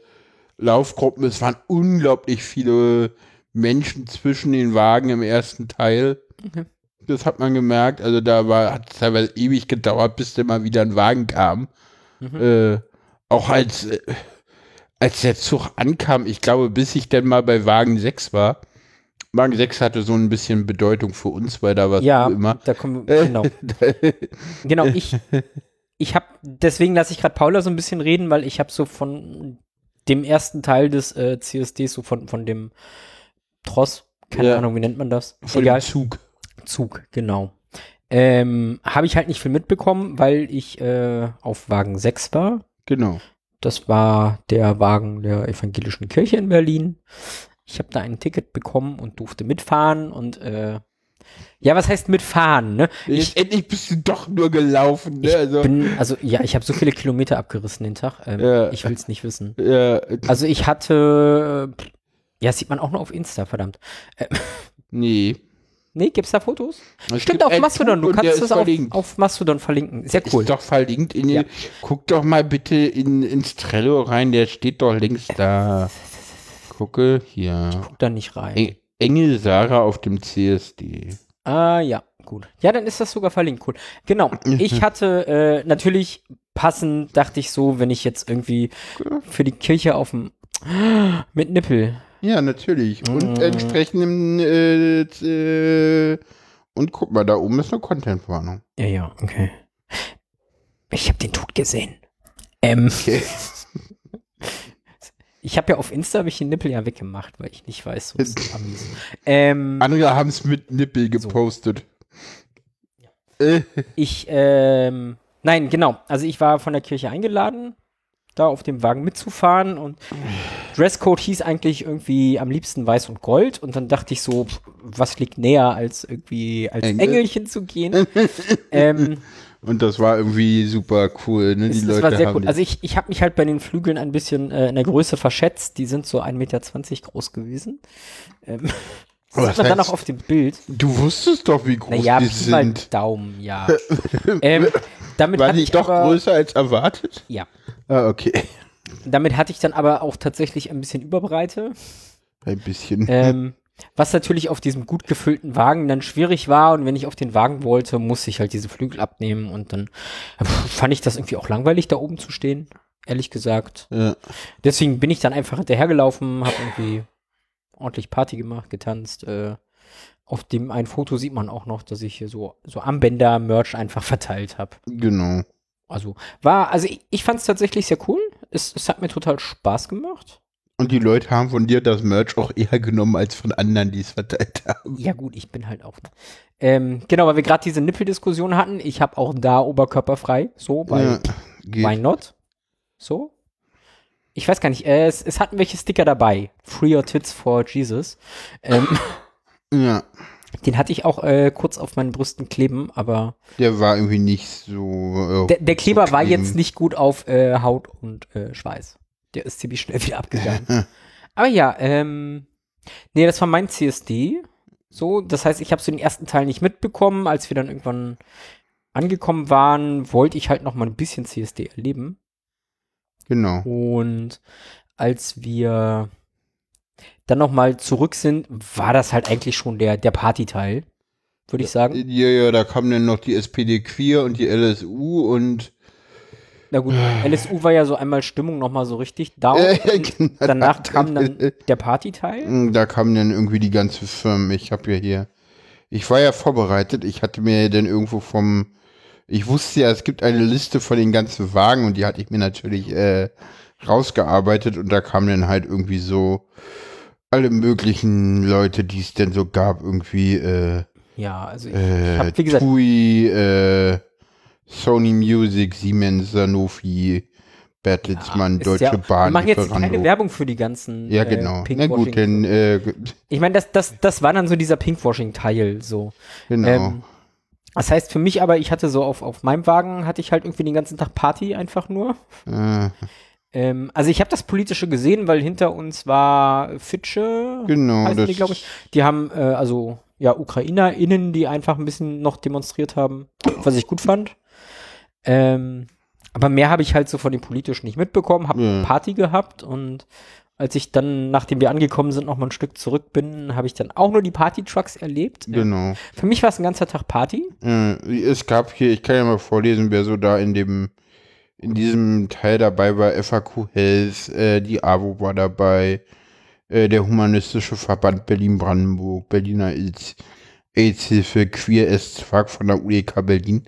[SPEAKER 1] äh, Laufgruppen. Es waren unglaublich viele Menschen zwischen den Wagen im ersten Teil.
[SPEAKER 2] Okay.
[SPEAKER 1] Das hat man gemerkt. Also da war, hat es teilweise ewig gedauert, bis denn mal wieder ein Wagen kam.
[SPEAKER 2] Mhm.
[SPEAKER 1] Äh, auch als, äh, als der Zug ankam, ich glaube, bis ich dann mal bei Wagen 6 war. Wagen 6 hatte so ein bisschen Bedeutung für uns, weil da war
[SPEAKER 2] Ja,
[SPEAKER 1] immer.
[SPEAKER 2] da kommen wir, genau.
[SPEAKER 1] Äh.
[SPEAKER 2] genau, ich, ich habe, deswegen lasse ich gerade Paula so ein bisschen reden, weil ich habe so von dem ersten Teil des äh, CSDs, so von, von dem Tross, keine
[SPEAKER 1] Ja.
[SPEAKER 2] Ahnung, wie nennt man das?
[SPEAKER 1] Von dem Zug.
[SPEAKER 2] Zug, genau. Ähm, habe ich halt nicht viel mitbekommen, weil ich äh, auf Wagen 6 war.
[SPEAKER 1] Genau.
[SPEAKER 2] Das war der Wagen der evangelischen Kirche in Berlin. Ich habe da ein Ticket bekommen und durfte mitfahren und äh, ja, was heißt mitfahren? Ne? Ich
[SPEAKER 1] Letztendlich bist du doch nur gelaufen. Ne? Also,
[SPEAKER 2] bin, also ja, ich habe so viele Kilometer abgerissen den Tag. Ähm,
[SPEAKER 1] Ja.
[SPEAKER 2] Ich will's nicht wissen.
[SPEAKER 1] ja,
[SPEAKER 2] Also ich hatte, pff, ja, das sieht man auch nur auf Insta, verdammt.
[SPEAKER 1] nee.
[SPEAKER 2] Nee, gibt's da Fotos?
[SPEAKER 1] Es
[SPEAKER 2] Stimmt,
[SPEAKER 1] gibt
[SPEAKER 2] auf
[SPEAKER 1] einen
[SPEAKER 2] Mastodon. Du
[SPEAKER 1] Zug und der
[SPEAKER 2] kannst
[SPEAKER 1] Äh, ist
[SPEAKER 2] das auf,
[SPEAKER 1] verlinkt.
[SPEAKER 2] auf Mastodon verlinken. Sehr cool.
[SPEAKER 1] Ist doch verlinkt in den,
[SPEAKER 2] Ja.
[SPEAKER 1] Guck doch mal bitte in, ins Trello rein, der steht doch links da. Gucke hier.
[SPEAKER 2] Guck da nicht rein.
[SPEAKER 1] Eng- Engel Sarah auf dem CSD.
[SPEAKER 2] Ah ja, gut. Ja, dann ist das sogar verlinkt, cool. Genau. Ich hatte äh, natürlich passend, dachte ich so, wenn ich jetzt irgendwie für die Kirche auf dem mit Nippel.
[SPEAKER 1] Ja, natürlich. Und entsprechendem äh, z- äh, und guck mal, da oben ist eine Contentwarnung.
[SPEAKER 2] Ja, ja, okay. Ich habe den Tod gesehen. Ähm,
[SPEAKER 1] Okay.
[SPEAKER 2] ich habe ja auf Insta hab ich den Nippel ja weggemacht, weil ich nicht weiß, so ist es amüsant. Ähm,
[SPEAKER 1] Andere haben es mit Nippel gepostet. Äh,
[SPEAKER 2] Ich, ähm, nein, genau. Also ich war von der Kirche eingeladen, da auf dem Wagen mitzufahren und Dresscode hieß eigentlich irgendwie am liebsten weiß und gold und dann dachte ich so, pf, was liegt näher als irgendwie als
[SPEAKER 1] Engel?
[SPEAKER 2] Engelchen zu gehen. ähm,
[SPEAKER 1] Und das war irgendwie super cool. Ne? Die
[SPEAKER 2] es,
[SPEAKER 1] Leute
[SPEAKER 2] es war sehr
[SPEAKER 1] haben
[SPEAKER 2] cool. Also ich, ich habe mich halt bei den Flügeln ein bisschen äh, in der Größe verschätzt. Die sind so 1,20 Meter groß gewesen. Ähm,
[SPEAKER 1] Aber das
[SPEAKER 2] das sieht man dann auch
[SPEAKER 1] heißt-
[SPEAKER 2] auf dem Bild.
[SPEAKER 1] Du wusstest doch, wie groß
[SPEAKER 2] Naja,
[SPEAKER 1] die
[SPEAKER 2] Pi mal
[SPEAKER 1] sind.
[SPEAKER 2] Daumen, ja. ähm, damit
[SPEAKER 1] War
[SPEAKER 2] hatte
[SPEAKER 1] nicht
[SPEAKER 2] ich
[SPEAKER 1] doch
[SPEAKER 2] aber,
[SPEAKER 1] größer als erwartet?
[SPEAKER 2] Ja.
[SPEAKER 1] Ah, okay.
[SPEAKER 2] Damit hatte ich dann aber auch tatsächlich ein bisschen Überbreite,
[SPEAKER 1] Ein bisschen.
[SPEAKER 2] ähm, was natürlich auf diesem gut gefüllten Wagen dann schwierig war. Und wenn ich auf den Wagen wollte, musste ich halt diese Flügel abnehmen. Und dann pff, fand ich das irgendwie auch langweilig, da oben zu stehen, ehrlich gesagt.
[SPEAKER 1] Ja.
[SPEAKER 2] Deswegen bin ich dann einfach hinterhergelaufen, habe irgendwie ordentlich Party gemacht, getanzt. Äh, auf dem ein Foto sieht man auch noch, dass ich hier so, so Armbänder, Merch einfach verteilt habe.
[SPEAKER 1] genau.
[SPEAKER 2] Also war, also ich, ich fand es tatsächlich sehr cool. Es, es hat mir total Spaß gemacht.
[SPEAKER 1] Und die Leute haben von dir das Merch auch eher genommen als von anderen, die es verteilt haben.
[SPEAKER 2] Ja gut, ich bin halt auch. Ähm, genau, weil wir gerade diese Nippeldiskussion hatten. Ich habe auch da oberkörperfrei. So, weil
[SPEAKER 1] geht.
[SPEAKER 2] why not? So. Ich weiß gar nicht. Äh, es, es hatten welche Sticker dabei. Free your tits for Jesus. Ähm,
[SPEAKER 1] ja,
[SPEAKER 2] den hatte ich auch äh, kurz auf meinen Brüsten kleben, aber
[SPEAKER 1] der war irgendwie nicht Oh, so. äh,
[SPEAKER 2] der, der Kleber war
[SPEAKER 1] kleben.
[SPEAKER 2] jetzt nicht gut auf äh, Haut und äh, Schweiß. Der ist ziemlich schnell wieder abgegangen. aber ja, ähm, nee, das war mein CSD. So, das heißt, ich habe so den ersten Teil nicht mitbekommen. Als wir dann irgendwann angekommen waren, wollte ich halt noch mal ein bisschen CSD erleben.
[SPEAKER 1] genau.
[SPEAKER 2] Und als wir dann nochmal zurück sind, war das halt eigentlich schon der, der Partyteil, würde ich sagen.
[SPEAKER 1] Ja, ja, da kamen dann noch die SPD Queer und die LSU und
[SPEAKER 2] Na gut,
[SPEAKER 1] Ah.
[SPEAKER 2] LSU war ja so einmal Stimmung nochmal so richtig down.
[SPEAKER 1] Äh,
[SPEAKER 2] und
[SPEAKER 1] genau,
[SPEAKER 2] danach
[SPEAKER 1] da-
[SPEAKER 2] kam dann der Partyteil.
[SPEAKER 1] Hm, da kamen dann irgendwie die ganze Firmen. Ich habe ja hier, ich war ja vorbereitet. Ich hatte mir dann irgendwo vom, ich wusste ja, es gibt eine Liste von den ganzen Wagen und die hatte ich mir natürlich äh, rausgearbeitet und da kamen dann halt irgendwie so alle möglichen Leute, die es denn so gab, irgendwie. Äh,
[SPEAKER 2] Ja, also ich, ich
[SPEAKER 1] äh,
[SPEAKER 2] habe, wie gesagt,
[SPEAKER 1] Tui, äh, Sony Music, Siemens, Sanofi, Bertelsmann,
[SPEAKER 2] Ah, ist
[SPEAKER 1] Deutsche
[SPEAKER 2] ja, wir
[SPEAKER 1] Bahn,
[SPEAKER 2] machen jetzt keine
[SPEAKER 1] Lieferando.
[SPEAKER 2] Werbung für die ganzen
[SPEAKER 1] Ja, genau.
[SPEAKER 2] äh,
[SPEAKER 1] Na gut,
[SPEAKER 2] Pinkwashing.
[SPEAKER 1] denn, äh, g-
[SPEAKER 2] Ich meine, das, das, das war dann so dieser Pinkwashing-Teil so.
[SPEAKER 1] genau.
[SPEAKER 2] Ähm, das heißt für mich aber, ich hatte so auf, auf meinem Wagen, hatte ich halt irgendwie den ganzen Tag Party einfach nur.
[SPEAKER 1] äh,
[SPEAKER 2] Ähm, also ich habe das Politische gesehen, weil hinter uns war Fitsche,
[SPEAKER 1] genau.
[SPEAKER 2] heißen
[SPEAKER 1] Das,
[SPEAKER 2] die, glaube ich. Die haben, äh, also, ja, UkrainerInnen, die einfach ein bisschen noch demonstriert haben, was ich gut fand. Ähm, aber mehr habe ich halt so von den Politischen nicht mitbekommen, habe
[SPEAKER 1] Ja.
[SPEAKER 2] Party gehabt und als ich dann, nachdem wir angekommen sind, noch mal ein Stück zurück bin, habe ich dann auch nur die Party-Trucks erlebt.
[SPEAKER 1] Genau.
[SPEAKER 2] Für mich war es ein ganzer Tag Party.
[SPEAKER 1] Äh, es gab hier, ich kann ja mal vorlesen, wer so da in dem, in diesem Teil dabei war, FAQ Health, äh, die AWO war dabei, äh, der Humanistische Verband Berlin-Brandenburg, Berliner AIDS- AIDS-Hilfe, Queer S-Zwag von der UDK Berlin.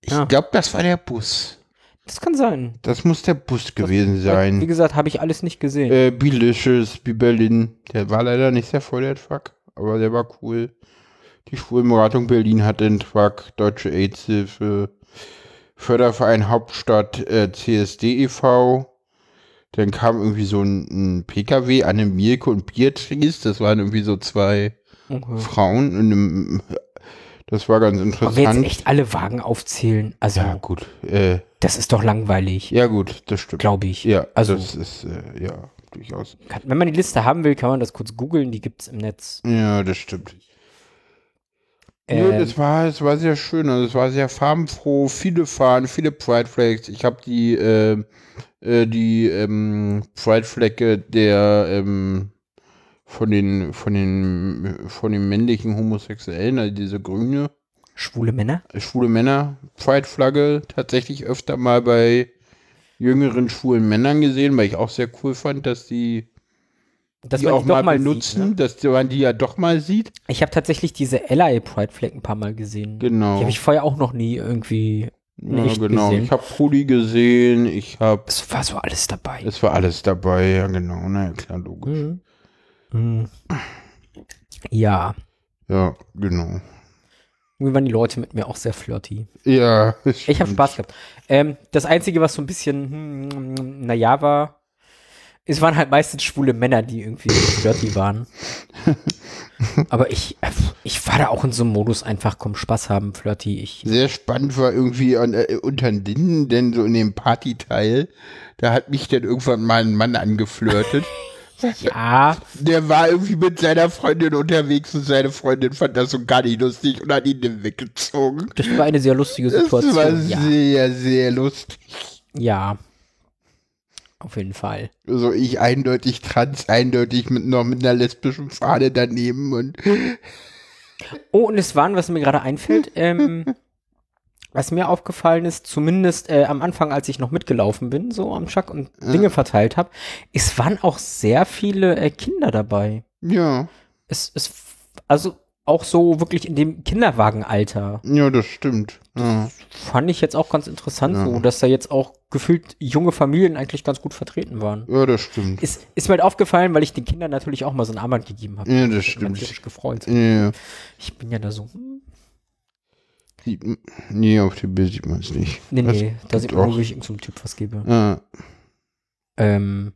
[SPEAKER 1] Ich
[SPEAKER 2] Ah.
[SPEAKER 1] glaube, das war der Bus.
[SPEAKER 2] Das kann sein.
[SPEAKER 1] Das muss der Bus gewesen
[SPEAKER 2] Weil, Wie
[SPEAKER 1] sein.
[SPEAKER 2] gesagt, habe ich alles nicht gesehen.
[SPEAKER 1] Äh, Bilicious, Berlin. Der war leider nicht sehr voll, der Truck, aber der war cool. Die Schwulenberatung Berlin hat den Truck, Deutsche AIDS-Hilfe, Förderverein Hauptstadt äh, CSD e.V. Dann kam irgendwie so ein, ein PKW, Anne Mielke und Beatrice. Das waren irgendwie so zwei
[SPEAKER 2] okay.
[SPEAKER 1] Frauen. In einem, das war ganz
[SPEAKER 2] Aber wir jetzt
[SPEAKER 1] interessant.
[SPEAKER 2] echt alle Wagen aufzählen, also
[SPEAKER 1] Ja, gut. Äh,
[SPEAKER 2] das ist doch langweilig,
[SPEAKER 1] ja, gut, das stimmt.
[SPEAKER 2] glaube ich.
[SPEAKER 1] Ja,
[SPEAKER 2] also
[SPEAKER 1] also das ist äh, ja durchaus.
[SPEAKER 2] Kann, wenn man die Liste haben will, kann man das kurz googeln, die gibt's im Netz.
[SPEAKER 1] Ja, das stimmt.
[SPEAKER 2] Ähm,
[SPEAKER 1] nee, das war, es war sehr schön, also es war sehr farbenfroh, viele Fahnen, viele Pride Flags. Ich habe die ähm, äh, die ähm, Pride Flagge der ähm, von den von den von den männlichen Homosexuellen, also diese grüne
[SPEAKER 2] Schwule Männer?
[SPEAKER 1] äh, schwule Männer Pride Flagge tatsächlich öfter mal bei jüngeren schwulen Männern gesehen, weil ich auch sehr cool fand, dass die
[SPEAKER 2] Dass
[SPEAKER 1] die
[SPEAKER 2] man
[SPEAKER 1] auch
[SPEAKER 2] die doch
[SPEAKER 1] mal,
[SPEAKER 2] mal
[SPEAKER 1] benutzen,
[SPEAKER 2] sieht, ne?
[SPEAKER 1] dass die- man die ja doch mal sieht.
[SPEAKER 2] Ich habe tatsächlich diese LA Pride Flag ein paar Mal gesehen. Die
[SPEAKER 1] Genau.
[SPEAKER 2] habe ich vorher auch noch nie irgendwie. in
[SPEAKER 1] ja,
[SPEAKER 2] echt
[SPEAKER 1] genau.
[SPEAKER 2] gesehen.
[SPEAKER 1] Ich habe Pudi gesehen, ich habe,
[SPEAKER 2] Es war so alles dabei.
[SPEAKER 1] es war alles dabei, ja genau, na ja, klar, logisch.
[SPEAKER 2] Mhm. Mhm. Ja.
[SPEAKER 1] Ja, genau.
[SPEAKER 2] Irgendwie waren die Leute mit mir auch sehr flirty.
[SPEAKER 1] Ja, es
[SPEAKER 2] Ich habe
[SPEAKER 1] stimmt.
[SPEAKER 2] Spaß gehabt. Ähm, das Einzige, was so ein bisschen, hm, naja, war, es waren halt meistens schwule Männer, die irgendwie flirty waren. Aber ich, ich war da auch in so einem Modus einfach, komm, Spaß haben, flirty. Ich,
[SPEAKER 1] Sehr spannend war irgendwie an, äh, unter den Linden, denn so in dem Partyteil, da hat mich dann irgendwann mal ein Mann angeflirtet.
[SPEAKER 2] ja,
[SPEAKER 1] Der war irgendwie mit seiner Freundin unterwegs und seine Freundin fand das so gar nicht lustig und hat ihn dann weggezogen.
[SPEAKER 2] das war eine sehr lustige
[SPEAKER 1] Das war
[SPEAKER 2] Situation. Ja,
[SPEAKER 1] sehr, sehr lustig.
[SPEAKER 2] ja. Auf jeden Fall.
[SPEAKER 1] so Also ich eindeutig trans, eindeutig mit noch mit einer lesbischen Fahne daneben und
[SPEAKER 2] Oh, und es waren, was mir gerade einfällt, ähm, was mir aufgefallen ist, zumindest äh, am Anfang, als ich noch mitgelaufen bin, so am Schack und Dinge verteilt habe, es waren auch sehr viele äh, Kinder dabei.
[SPEAKER 1] ja,
[SPEAKER 2] Es ist also auch so wirklich in dem Kinderwagenalter.
[SPEAKER 1] ja, das stimmt. Ja.
[SPEAKER 2] Fand ich jetzt auch ganz interessant,
[SPEAKER 1] Ja.
[SPEAKER 2] so, dass da jetzt auch gefühlt junge Familien eigentlich ganz gut vertreten waren.
[SPEAKER 1] ja, das stimmt.
[SPEAKER 2] Ist, ist mir halt aufgefallen, weil ich den Kindern natürlich auch mal so ein Armband gegeben habe.
[SPEAKER 1] Ja, das
[SPEAKER 2] Ich bin
[SPEAKER 1] stimmt.
[SPEAKER 2] tierisch gefreut.
[SPEAKER 1] Ja,
[SPEAKER 2] Ich bin ja da so, hm,
[SPEAKER 1] sieht m- nee, auf dem Bild sieht man es nicht.
[SPEAKER 2] nee,
[SPEAKER 1] Das
[SPEAKER 2] nee, da sieht
[SPEAKER 1] gibt
[SPEAKER 2] man
[SPEAKER 1] auch-
[SPEAKER 2] nur, wie ich irgendeinem Typ was gebe.
[SPEAKER 1] Ja,
[SPEAKER 2] Ähm,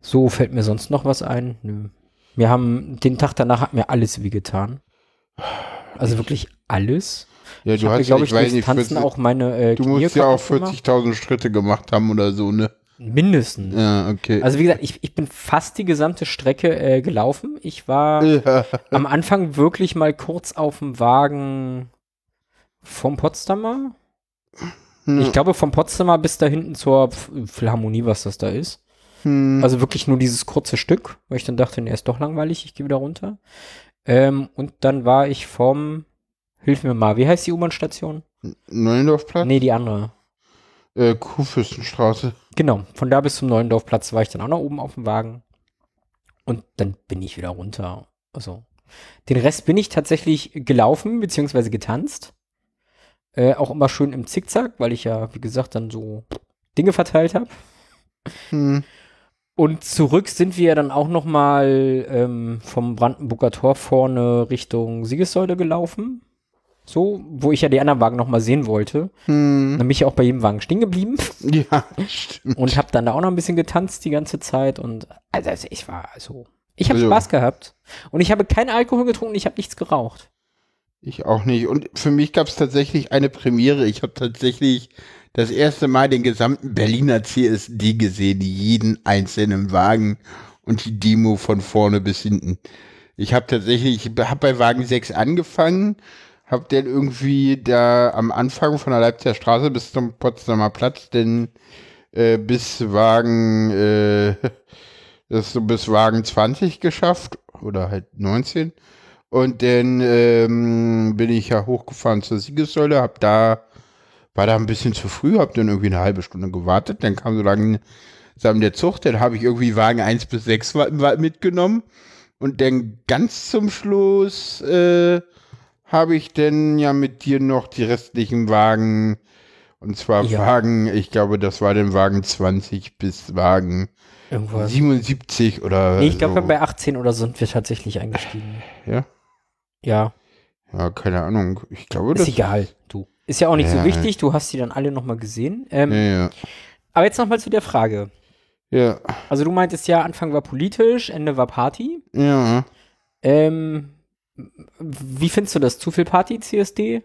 [SPEAKER 2] so fällt mir sonst noch was ein. Nö. Wir haben den Tag danach hat mir alles wehgetan. Also wirklich alles.
[SPEAKER 1] ja
[SPEAKER 2] Ich
[SPEAKER 1] du
[SPEAKER 2] habe,
[SPEAKER 1] hast ja,
[SPEAKER 2] glaube
[SPEAKER 1] ich
[SPEAKER 2] ich, durchs
[SPEAKER 1] weiß nicht,
[SPEAKER 2] Tanzen
[SPEAKER 1] 40,
[SPEAKER 2] auch meine äh,
[SPEAKER 1] du
[SPEAKER 2] Knie
[SPEAKER 1] musst ja auch
[SPEAKER 2] kaputt gemacht.
[SPEAKER 1] 40.000 Schritte gemacht haben oder so, ne?
[SPEAKER 2] Mindestens.
[SPEAKER 1] Ja, okay.
[SPEAKER 2] Also wie gesagt, ich, ich bin fast die gesamte Strecke äh, gelaufen. Ich war
[SPEAKER 1] ja,
[SPEAKER 2] am Anfang wirklich mal kurz auf dem Wagen vom Potsdamer.
[SPEAKER 1] Hm.
[SPEAKER 2] Ich glaube, vom Potsdamer bis da hinten zur Ph- Philharmonie, was das da ist.
[SPEAKER 1] Hm.
[SPEAKER 2] Also wirklich nur dieses kurze Stück, weil ich dann dachte, nee, ist doch langweilig, ich gehe wieder runter. Ähm, und dann war ich vom, hilf mir mal, wie heißt die U-Bahn-Station?
[SPEAKER 1] Neulendorfplatz?
[SPEAKER 2] Nee, die andere.
[SPEAKER 1] Äh, Kurfürstenstraße.
[SPEAKER 2] Genau, von da bis zum Neulendorfplatz war ich dann auch noch oben auf dem Wagen. Und dann bin ich wieder runter. Also, den Rest bin ich tatsächlich gelaufen, beziehungsweise getanzt. Äh, auch immer schön im Zickzack, weil ich ja, wie gesagt, dann so Dinge verteilt habe.
[SPEAKER 1] Hm.
[SPEAKER 2] Und zurück sind wir dann auch noch mal ähm, vom Brandenburger Tor vorne Richtung Siegessäule gelaufen. So, wo ich ja die anderen Wagen noch mal sehen wollte.
[SPEAKER 1] Hm.
[SPEAKER 2] Und dann bin ich auch bei jedem Wagen stehen geblieben
[SPEAKER 1] Ja, stimmt.
[SPEAKER 2] und habe dann da auch noch ein bisschen getanzt die ganze Zeit. Und also, also ich war also, ich habe
[SPEAKER 1] Also-
[SPEAKER 2] Spaß gehabt. Und ich habe keinen Alkohol getrunken, ich habe nichts geraucht.
[SPEAKER 1] Ich auch nicht. Und für mich gab es tatsächlich eine Premiere. Ich habe tatsächlich das erste Mal den gesamten Berliner CSD gesehen, jeden einzelnen Wagen und die Demo von vorne bis hinten. Ich habe tatsächlich, ich habe bei Wagen 6 angefangen, habe dann irgendwie da am Anfang von der Leipziger Straße bis zum Potsdamer Platz, denn äh, bis Wagen, äh, das so bis Wagen 20 geschafft oder halt 19. Und dann ähm, bin ich ja hochgefahren zur Siegessäule, hab da, war da ein bisschen zu früh, hab dann irgendwie eine halbe Stunde gewartet, dann kam so langsam der Zug, dann habe ich irgendwie Wagen 1 bis 6 wa- wa- mitgenommen und dann ganz zum Schluss äh, habe ich dann ja mit dir noch die restlichen Wagen, und zwar
[SPEAKER 2] Ja.
[SPEAKER 1] Wagen, ich glaube, das war dann Wagen 20 bis Wagen
[SPEAKER 2] Irgendwas.
[SPEAKER 1] 77 oder
[SPEAKER 2] Nee, ich glaube,
[SPEAKER 1] so.
[SPEAKER 2] bei 18 oder so sind wir tatsächlich eingestiegen.
[SPEAKER 1] Ja?
[SPEAKER 2] Ja,
[SPEAKER 1] Ja, keine Ahnung. Ich glaube,
[SPEAKER 2] ist
[SPEAKER 1] das
[SPEAKER 2] egal, du. Ist ja auch nicht
[SPEAKER 1] Ja.
[SPEAKER 2] so wichtig, du hast die dann alle noch mal gesehen. Ähm,
[SPEAKER 1] Ja, ja.
[SPEAKER 2] Aber jetzt noch mal zu der Frage.
[SPEAKER 1] Ja,
[SPEAKER 2] Also du meintest ja, Anfang war politisch, Ende war Party.
[SPEAKER 1] ja.
[SPEAKER 2] Ähm, wie findest du das? Zu viel Party, CSD?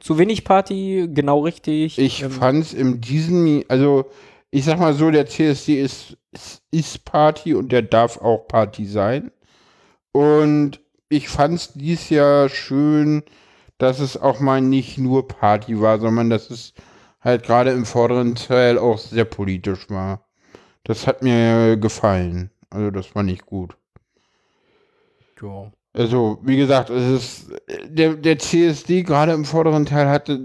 [SPEAKER 2] Zu wenig Party, genau richtig.
[SPEAKER 1] Ich
[SPEAKER 2] ähm,
[SPEAKER 1] fand's in diesem, also ich sag mal so, der CSD ist, ist, ist Party und der darf auch Party sein. Und ich fand's dies Jahr schön, dass es auch mal nicht nur Party war, sondern dass es halt gerade im vorderen Teil auch sehr politisch war. Das hat mir gefallen. Also das war nicht gut.
[SPEAKER 2] ja.
[SPEAKER 1] Also, wie gesagt, es ist der, der CSD gerade im vorderen Teil hatte,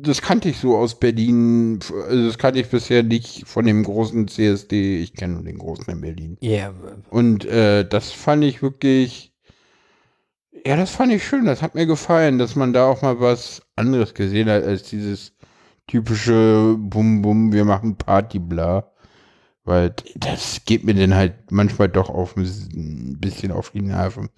[SPEAKER 1] das kannte ich so aus Berlin, also das kannte ich bisher nicht von dem großen CSD, ich kenne nur den großen in Berlin.
[SPEAKER 2] Ja,
[SPEAKER 1] Und äh, das fand ich wirklich, ja, das fand ich schön, das hat mir gefallen, dass man da auch mal was anderes gesehen hat als dieses typische Bum Bum, wir machen Party, bla. Weil das geht mir dann halt manchmal doch auf ein bisschen auf die Nerven.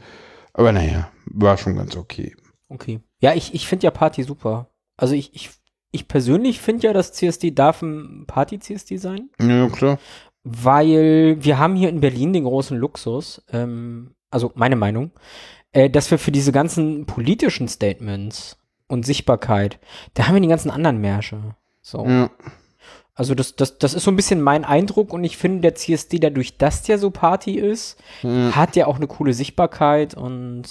[SPEAKER 1] Aber naja, war schon ganz okay.
[SPEAKER 2] okay. Ja, ich, ich finde ja Party super. Also ich, ich, ich persönlich finde ja, das CSD darf ein Party-CSD sein.
[SPEAKER 1] Ja, klar.
[SPEAKER 2] weil wir haben hier in Berlin den großen Luxus, ähm, also meine Meinung, äh, dass wir für diese ganzen politischen Statements und Sichtbarkeit, da haben wir die ganzen anderen Märsche. So.
[SPEAKER 1] Ja.
[SPEAKER 2] Also das, das, das ist so ein bisschen mein Eindruck und ich finde, der CSD, dadurch, dass der so Party ist,
[SPEAKER 1] ja.
[SPEAKER 2] hat der auch eine coole Sichtbarkeit und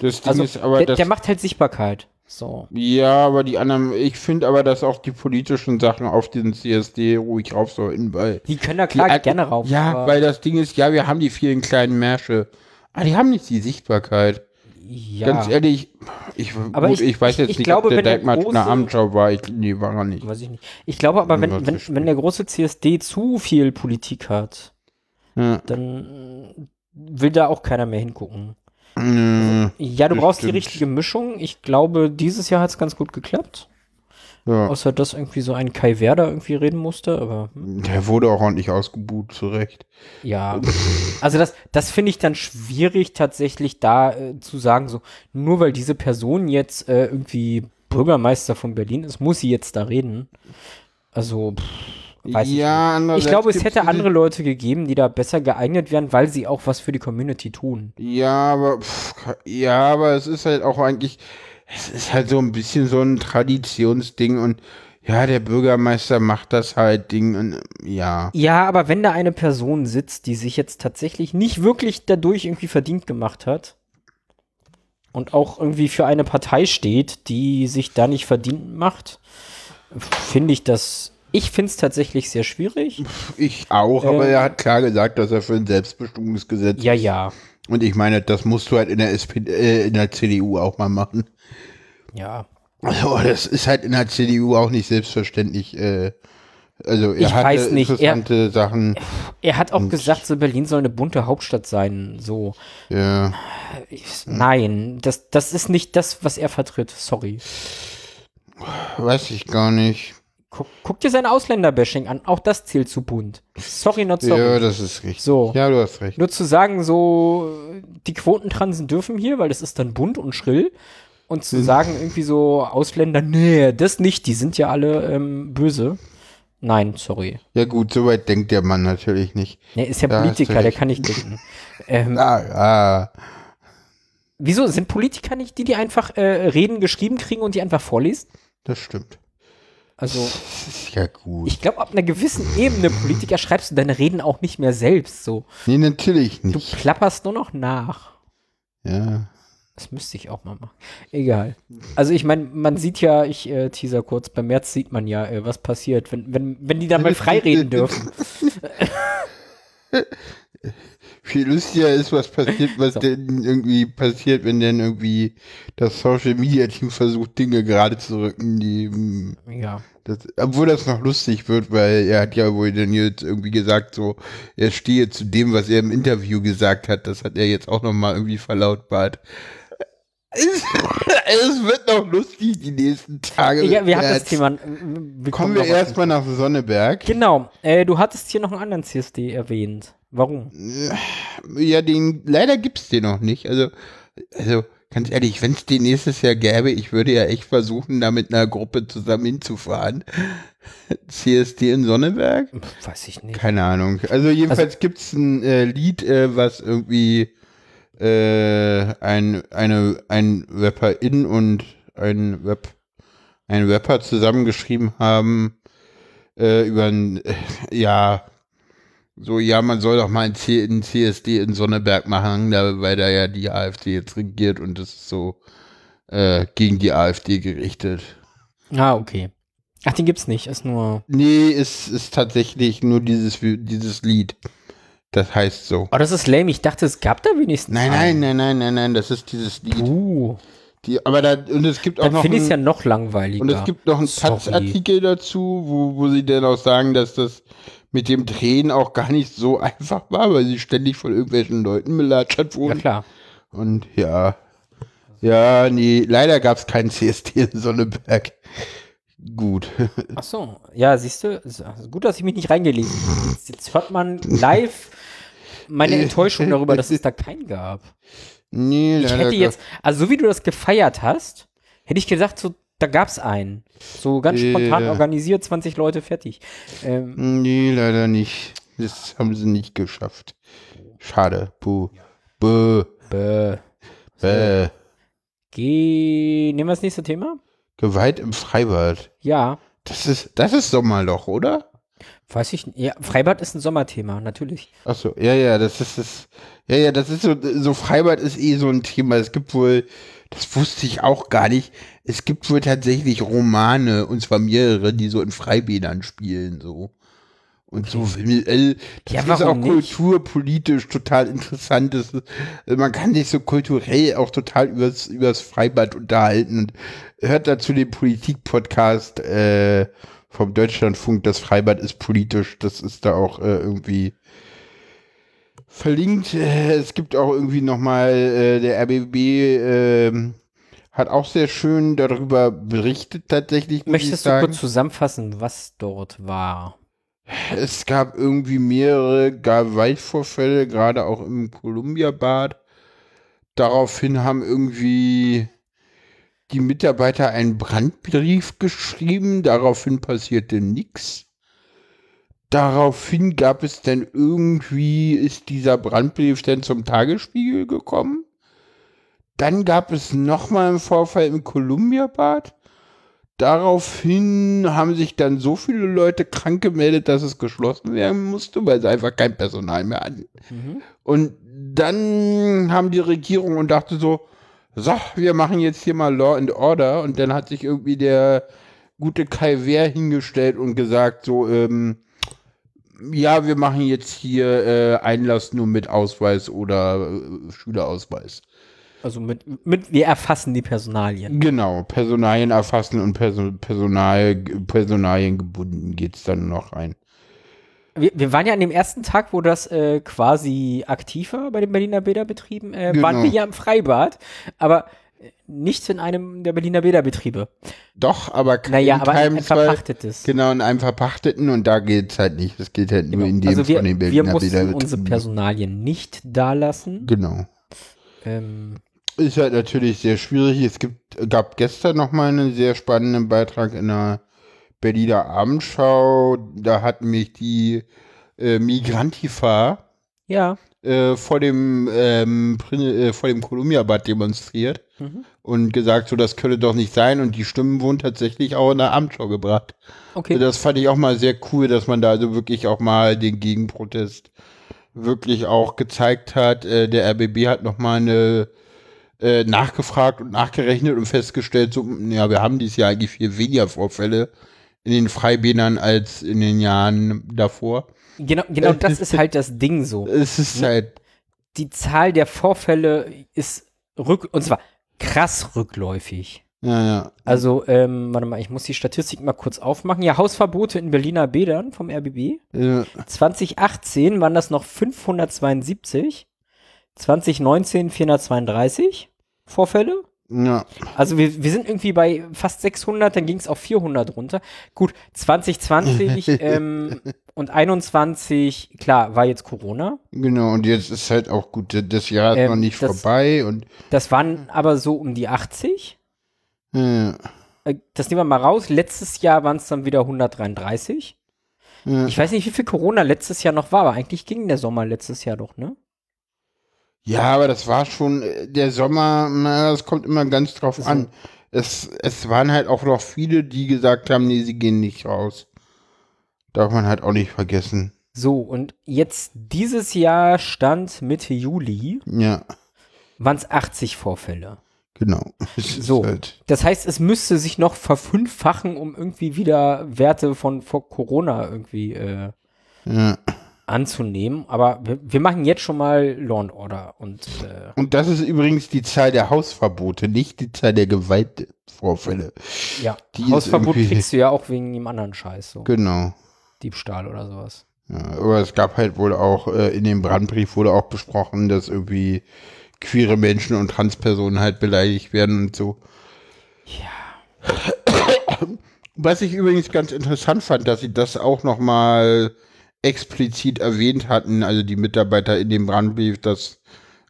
[SPEAKER 1] Das Ding
[SPEAKER 2] also
[SPEAKER 1] ist aber,
[SPEAKER 2] der,
[SPEAKER 1] das,
[SPEAKER 2] der macht halt Sichtbarkeit. So.
[SPEAKER 1] ja, aber die anderen, ich finde aber, dass auch die politischen Sachen auf diesen CSD ruhig rauf sollten, weil
[SPEAKER 2] Die können da klar
[SPEAKER 1] Die-
[SPEAKER 2] gerne rauf.
[SPEAKER 1] Ja,
[SPEAKER 2] aber-
[SPEAKER 1] weil das Ding ist, ja, wir haben die vielen kleinen Märsche. Aber die haben nicht die Sichtbarkeit.
[SPEAKER 2] ja.
[SPEAKER 1] Ganz ehrlich, ich,
[SPEAKER 2] Aber
[SPEAKER 1] gut,
[SPEAKER 2] ich-
[SPEAKER 1] ich, weiß
[SPEAKER 2] ich-
[SPEAKER 1] jetzt
[SPEAKER 2] ich
[SPEAKER 1] nicht,
[SPEAKER 2] glaube,
[SPEAKER 1] ob der
[SPEAKER 2] wenn der
[SPEAKER 1] Dijkmarsch in der
[SPEAKER 2] große-
[SPEAKER 1] Abendschau war. Ich, nee, war er nicht.
[SPEAKER 2] Weiß ich nicht. Ich glaube aber, wenn,
[SPEAKER 1] Irgendwas
[SPEAKER 2] wenn,
[SPEAKER 1] gespielt.
[SPEAKER 2] wenn der große CSD zu viel Politik hat,
[SPEAKER 1] Ja.
[SPEAKER 2] dann äh, will da auch keiner mehr hingucken. Also
[SPEAKER 1] Äh,
[SPEAKER 2] Ja, du
[SPEAKER 1] Das
[SPEAKER 2] brauchst
[SPEAKER 1] stimmt.
[SPEAKER 2] die richtige Mischung. Ich glaube, dieses Jahr hat es ganz gut geklappt.
[SPEAKER 1] ja.
[SPEAKER 2] Außer dass irgendwie so ein Kai Werder irgendwie reden musste, aber hm,
[SPEAKER 1] Der wurde auch ordentlich ausgebuht, zu Recht.
[SPEAKER 2] ja. Also das, das finde ich dann schwierig tatsächlich da äh, zu sagen, so, nur weil diese Person jetzt äh, irgendwie Bürgermeister von Berlin ist, muss sie jetzt da reden. Also, pff, weiß ich nicht.
[SPEAKER 1] ja,
[SPEAKER 2] Ich
[SPEAKER 1] andererseits
[SPEAKER 2] glaube, es
[SPEAKER 1] gibt's
[SPEAKER 2] hätte
[SPEAKER 1] diese-
[SPEAKER 2] andere Leute gegeben, die da besser geeignet wären, weil sie auch was für die Community tun.
[SPEAKER 1] Ja, aber pff, ja, aber es ist halt auch eigentlich, es ist halt so ein bisschen so ein Traditionsding und ja, der Bürgermeister macht das halt Ding und ja.
[SPEAKER 2] Ja, aber wenn da eine Person sitzt, die sich jetzt tatsächlich nicht wirklich dadurch irgendwie verdient gemacht hat und auch irgendwie für eine Partei steht, die sich da nicht verdient macht, finde ich das. Ich finde es tatsächlich sehr schwierig.
[SPEAKER 1] Ich auch, aber
[SPEAKER 2] Ähm.
[SPEAKER 1] er hat klar gesagt, dass er für ein Selbstbestimmungsgesetz
[SPEAKER 2] Ja, ja.
[SPEAKER 1] Und ich meine, das musst du halt in der SPD, äh, in der CDU auch mal machen.
[SPEAKER 2] Ja.
[SPEAKER 1] Also, das ist halt in der CDU auch nicht selbstverständlich. Äh, also er
[SPEAKER 2] Ich
[SPEAKER 1] hatte
[SPEAKER 2] weiß nicht, er-
[SPEAKER 1] interessante Sachen.
[SPEAKER 2] Er hat
[SPEAKER 1] Hm.
[SPEAKER 2] auch gesagt, so Berlin soll eine bunte Hauptstadt sein. So.
[SPEAKER 1] Ja.
[SPEAKER 2] Ich, nein, das, das ist nicht das, was er vertritt. Sorry.
[SPEAKER 1] Weiß ich gar nicht.
[SPEAKER 2] Guck, guck dir sein Ausländerbashing an. Auch das zählt zu bunt. Sorry, not sorry.
[SPEAKER 1] Ja, das ist richtig.
[SPEAKER 2] So.
[SPEAKER 1] Ja, du hast recht.
[SPEAKER 2] Nur zu sagen, so, die Quotentransen dürfen hier, weil das ist dann bunt und schrill. Und zu sagen, irgendwie so, Ausländer, nee, das nicht, die sind ja alle ähm, böse. Nein, sorry.
[SPEAKER 1] Ja gut, soweit denkt der Mann natürlich nicht.
[SPEAKER 2] Nee, ist ja
[SPEAKER 1] Ja, hast du
[SPEAKER 2] Politiker, der
[SPEAKER 1] recht.
[SPEAKER 2] kann nicht denken. Ähm,
[SPEAKER 1] Ah, ah.
[SPEAKER 2] wieso sind Politiker nicht die, die einfach äh, Reden geschrieben kriegen und die einfach vorlesen?
[SPEAKER 1] Das stimmt.
[SPEAKER 2] Also,
[SPEAKER 1] Das ist ja gut.
[SPEAKER 2] ich glaube, ab einer gewissen Ebene Politiker schreibst du deine Reden auch nicht mehr selbst. So,
[SPEAKER 1] nee, natürlich
[SPEAKER 2] du
[SPEAKER 1] nicht.
[SPEAKER 2] plapperst nur noch nach.
[SPEAKER 1] Ja.
[SPEAKER 2] Das müsste ich auch mal machen. Egal. Also ich meine, man sieht ja, ich äh, teaser kurz, beim März sieht man ja, äh, was passiert, wenn, wenn, wenn die dann mal frei reden dürfen.
[SPEAKER 1] Viel lustiger ist, was passiert, was denn irgendwie passiert, wenn denn irgendwie das Social Media Team versucht, Dinge gerade zu rücken, die mm,
[SPEAKER 2] Ja.
[SPEAKER 1] Das, obwohl das noch lustig wird, weil er hat ja wohl dann jetzt irgendwie gesagt, so, er stehe zu dem, was er im Interview gesagt hat. Das hat er jetzt auch nochmal irgendwie verlautbart. Es, es wird noch lustig die nächsten Tage.
[SPEAKER 2] ja wir hatten das
[SPEAKER 1] Jetzt
[SPEAKER 2] Thema. äh, Wir
[SPEAKER 1] Kommen wir
[SPEAKER 2] noch-
[SPEAKER 1] erstmal nach Sonneberg.
[SPEAKER 2] Genau. Äh, du hattest hier noch einen anderen CSD erwähnt. Warum?
[SPEAKER 1] Ja, den, leider gibt's den noch nicht. Also, also, ganz ehrlich, wenn's den nächstes Jahr gäbe, ich würde ja echt versuchen, da mit einer Gruppe zusammen hinzufahren. CSD in Sonneberg?
[SPEAKER 2] Pff, Weiß ich nicht.
[SPEAKER 1] Keine Ahnung. Also jedenfalls gibt's ein äh, Lied, äh, was irgendwie äh, ein, eine, ein Rapper in und ein Rap, ein Rapper zusammengeschrieben haben äh, über ein, äh, ja, so, ja, man soll doch mal ein, C, ein CSD in Sonneberg machen, da, weil da ja die AfD jetzt regiert und das ist so äh, gegen die AfD gerichtet.
[SPEAKER 2] Ah, okay. Ach, den gibt's nicht. Ist nur.
[SPEAKER 1] Nee, es ist tatsächlich nur dieses, dieses Lied. Das heißt so.
[SPEAKER 2] Oh, das ist lame. Ich dachte, es gab da wenigstens.
[SPEAKER 1] Nein, nein,
[SPEAKER 2] einen.
[SPEAKER 1] nein, nein, nein, nein, das ist dieses Lied.
[SPEAKER 2] Uh,
[SPEAKER 1] Die, aber da, und es gibt auch
[SPEAKER 2] dann
[SPEAKER 1] noch
[SPEAKER 2] finde ich es ja
[SPEAKER 1] ein,
[SPEAKER 2] noch langweiliger.
[SPEAKER 1] und es gibt noch einen
[SPEAKER 2] Sorry.
[SPEAKER 1] Taz-Artikel dazu, wo, wo sie dann auch sagen, dass das mit dem Drehen auch gar nicht so einfach war, weil sie ständig von irgendwelchen Leuten belatschert
[SPEAKER 2] ja,
[SPEAKER 1] wurden.
[SPEAKER 2] klar.
[SPEAKER 1] und ja. Ja, nee, leider gab es keinen CSD in Sonneberg. Gut.
[SPEAKER 2] Ach so, ja, siehst du, ist- ist gut, dass ich mich nicht reingelesen habe. Jetzt- Jetzt hört man live meine Enttäuschung darüber, dass es da keinen gab.
[SPEAKER 1] Nee,
[SPEAKER 2] Ich
[SPEAKER 1] leider
[SPEAKER 2] hätte
[SPEAKER 1] gab-
[SPEAKER 2] jetzt, also so wie du das gefeiert hast, hätte ich gesagt, so, da gab es einen. So ganz spontan
[SPEAKER 1] Ja.
[SPEAKER 2] organisiert, 20 Leute fertig. Ähm,
[SPEAKER 1] Nee, leider nicht. Das haben sie nicht geschafft. Schade. Buh. Buh.
[SPEAKER 2] bäh.
[SPEAKER 1] Bäh.
[SPEAKER 2] Geh, nehmen wir das nächste Thema?
[SPEAKER 1] Gewalt im Freibad.
[SPEAKER 2] Ja,
[SPEAKER 1] Das ist, das ist Sommerloch, oder?
[SPEAKER 2] weiß ich, n- ja, Freibad ist ein Sommerthema, natürlich.
[SPEAKER 1] Achso, ja, ja, das ist das. Ja, ja, das ist so, so Freibad ist eh so ein Thema. Es gibt wohl, das wusste ich auch gar nicht, es gibt wohl tatsächlich Romane, und zwar mehrere, die so in Freibädern spielen, so. Und so, äh, das
[SPEAKER 2] Ja,
[SPEAKER 1] ist auch
[SPEAKER 2] warum nicht?
[SPEAKER 1] kulturpolitisch total interessant. Das, ist- äh, man kann sich so kulturell auch total übers, übers Freibad unterhalten. Und hört dazu den Politik-Podcast äh, vom Deutschlandfunk. Das Freibad ist politisch. Das ist da auch äh, irgendwie verlinkt. Äh, Es gibt auch irgendwie nochmal, äh, der RBB ähm, hat auch sehr schön darüber berichtet tatsächlich. muss ich
[SPEAKER 2] Möchtest du
[SPEAKER 1] sagen.
[SPEAKER 2] kurz zusammenfassen, was dort war?
[SPEAKER 1] Es gab irgendwie mehrere Gewaltvorfälle, gerade auch im Columbia-Bad. Daraufhin haben irgendwie die Mitarbeiter einen Brandbrief geschrieben. Daraufhin passierte nichts. Daraufhin gab es dann irgendwie, ist dieser Brandbrief dann zum Tagesspiegel gekommen. Dann gab es nochmal einen Vorfall im Columbia-Bad. Daraufhin haben sich dann so viele Leute krank gemeldet, dass es geschlossen werden musste, weil sie einfach kein Personal mehr hatten.
[SPEAKER 2] Mhm.
[SPEAKER 1] Und dann haben die Regierung und dachte so, so, wir machen jetzt hier mal Law and Order. Und dann hat sich irgendwie der gute Kai Wehr hingestellt und gesagt, so, ähm, ja, wir machen jetzt hier äh, Einlass nur mit Ausweis oder äh, Schülerausweis.
[SPEAKER 2] Also mit, mit, wir erfassen die Personalien.
[SPEAKER 1] Genau, Personalien erfassen und Person, Personal, Personalien gebunden geht's dann noch rein.
[SPEAKER 2] Wir, wir waren ja an dem ersten Tag, wo das äh, quasi aktiv war bei den Berliner Bäderbetrieben, äh,
[SPEAKER 1] Genau.
[SPEAKER 2] waren wir ja im Freibad, aber äh, nicht in einem der Berliner Bäderbetriebe.
[SPEAKER 1] Doch, aber
[SPEAKER 2] Naja, aber ein,
[SPEAKER 1] keinem
[SPEAKER 2] ein
[SPEAKER 1] Fall-
[SPEAKER 2] verpachtetes.
[SPEAKER 1] Genau, in einem Verpachteten und da geht's halt nicht. Es geht halt nur in dem
[SPEAKER 2] Also wir,
[SPEAKER 1] von den
[SPEAKER 2] wir
[SPEAKER 1] Berliner
[SPEAKER 2] mussten
[SPEAKER 1] Bäderbetrieben.
[SPEAKER 2] unsere Personalien nicht dalassen.
[SPEAKER 1] halt Genau.
[SPEAKER 2] Ähm,
[SPEAKER 1] Ist halt natürlich sehr schwierig. Es gibt, gab gestern noch mal einen sehr spannenden Beitrag in der Berliner Abendschau. Da hat mich die äh, Migrantifa
[SPEAKER 2] ja,
[SPEAKER 1] äh, vor dem ähm, Prin- äh, vor dem Columbia-Bad demonstriert
[SPEAKER 2] Mhm.
[SPEAKER 1] und gesagt, so das könne doch nicht sein. Und die Stimmen wurden tatsächlich auch in der Abendschau gebracht. Also
[SPEAKER 2] okay.
[SPEAKER 1] Das fand ich auch mal sehr cool, dass man da also wirklich auch mal den Gegenprotest wirklich auch gezeigt hat. Äh, der RBB hat noch mal eine äh, nachgefragt und nachgerechnet und festgestellt, so, mh, ja, wir haben dieses Jahr eigentlich viel weniger Vorfälle in den Freibädern als in den Jahren davor.
[SPEAKER 2] Genau, genau das ist halt das Ding so.
[SPEAKER 1] Es ist halt
[SPEAKER 2] Die Zahl der Vorfälle ist rück und zwar krass rückläufig.
[SPEAKER 1] Ja, ja.
[SPEAKER 2] Also, ähm, warte mal, ich muss die Statistik mal kurz aufmachen. Ja, Hausverbote in Berliner Bädern vom RBB.
[SPEAKER 1] Ja,
[SPEAKER 2] 2018 waren das noch 572. 2019 432 Vorfälle.
[SPEAKER 1] ja.
[SPEAKER 2] Also wir, wir sind irgendwie bei fast 600, dann ging es auf 400 runter. Gut, 2020 ähm, und 21, klar, war jetzt Corona.
[SPEAKER 1] genau. Und jetzt ist halt auch gut, das Jahr ist
[SPEAKER 2] Ähm,
[SPEAKER 1] noch nicht
[SPEAKER 2] das-
[SPEAKER 1] vorbei. Und
[SPEAKER 2] Das waren aber so um die 80.
[SPEAKER 1] ja,
[SPEAKER 2] Äh, Das nehmen wir mal raus. Letztes Jahr waren es dann wieder 133.
[SPEAKER 1] ja.
[SPEAKER 2] Ich weiß nicht, wie viel Corona letztes Jahr noch war, aber eigentlich ging der Sommer letztes Jahr doch, ne?
[SPEAKER 1] ja, aber das war schon äh, der Sommer, na, das kommt immer ganz drauf
[SPEAKER 2] So.
[SPEAKER 1] an. Es, es waren halt auch noch viele, die gesagt haben, nee, sie gehen nicht raus. Darf man halt auch nicht vergessen.
[SPEAKER 2] So, und jetzt dieses Jahr stand Mitte Juli,
[SPEAKER 1] Ja,
[SPEAKER 2] waren es 80 Vorfälle.
[SPEAKER 1] genau. Es ist
[SPEAKER 2] So.
[SPEAKER 1] Halt,
[SPEAKER 2] Das heißt, es müsste sich noch verfünffachen, um irgendwie wieder Werte von vor Corona irgendwie äh,
[SPEAKER 1] ja.
[SPEAKER 2] anzunehmen. Aber wir, wir machen jetzt schon mal Law and Order und äh,
[SPEAKER 1] Und das ist übrigens die Zahl der Hausverbote, nicht die Zahl der Gewaltvorfälle.
[SPEAKER 2] ja,
[SPEAKER 1] Die ist
[SPEAKER 2] Hausverbot
[SPEAKER 1] irgendwie-
[SPEAKER 2] kriegst du ja auch wegen dem anderen Scheiß, so
[SPEAKER 1] Genau.
[SPEAKER 2] Diebstahl oder sowas.
[SPEAKER 1] Ja, aber es gab halt wohl auch, äh, in dem Brandbrief wurde auch besprochen, dass irgendwie queere Menschen und Transpersonen halt beleidigt werden und so.
[SPEAKER 2] Ja.
[SPEAKER 1] Was ich übrigens ganz interessant fand, dass sie das auch nochmal explizit erwähnt hatten, also die Mitarbeiter in dem Brandbrief, dass,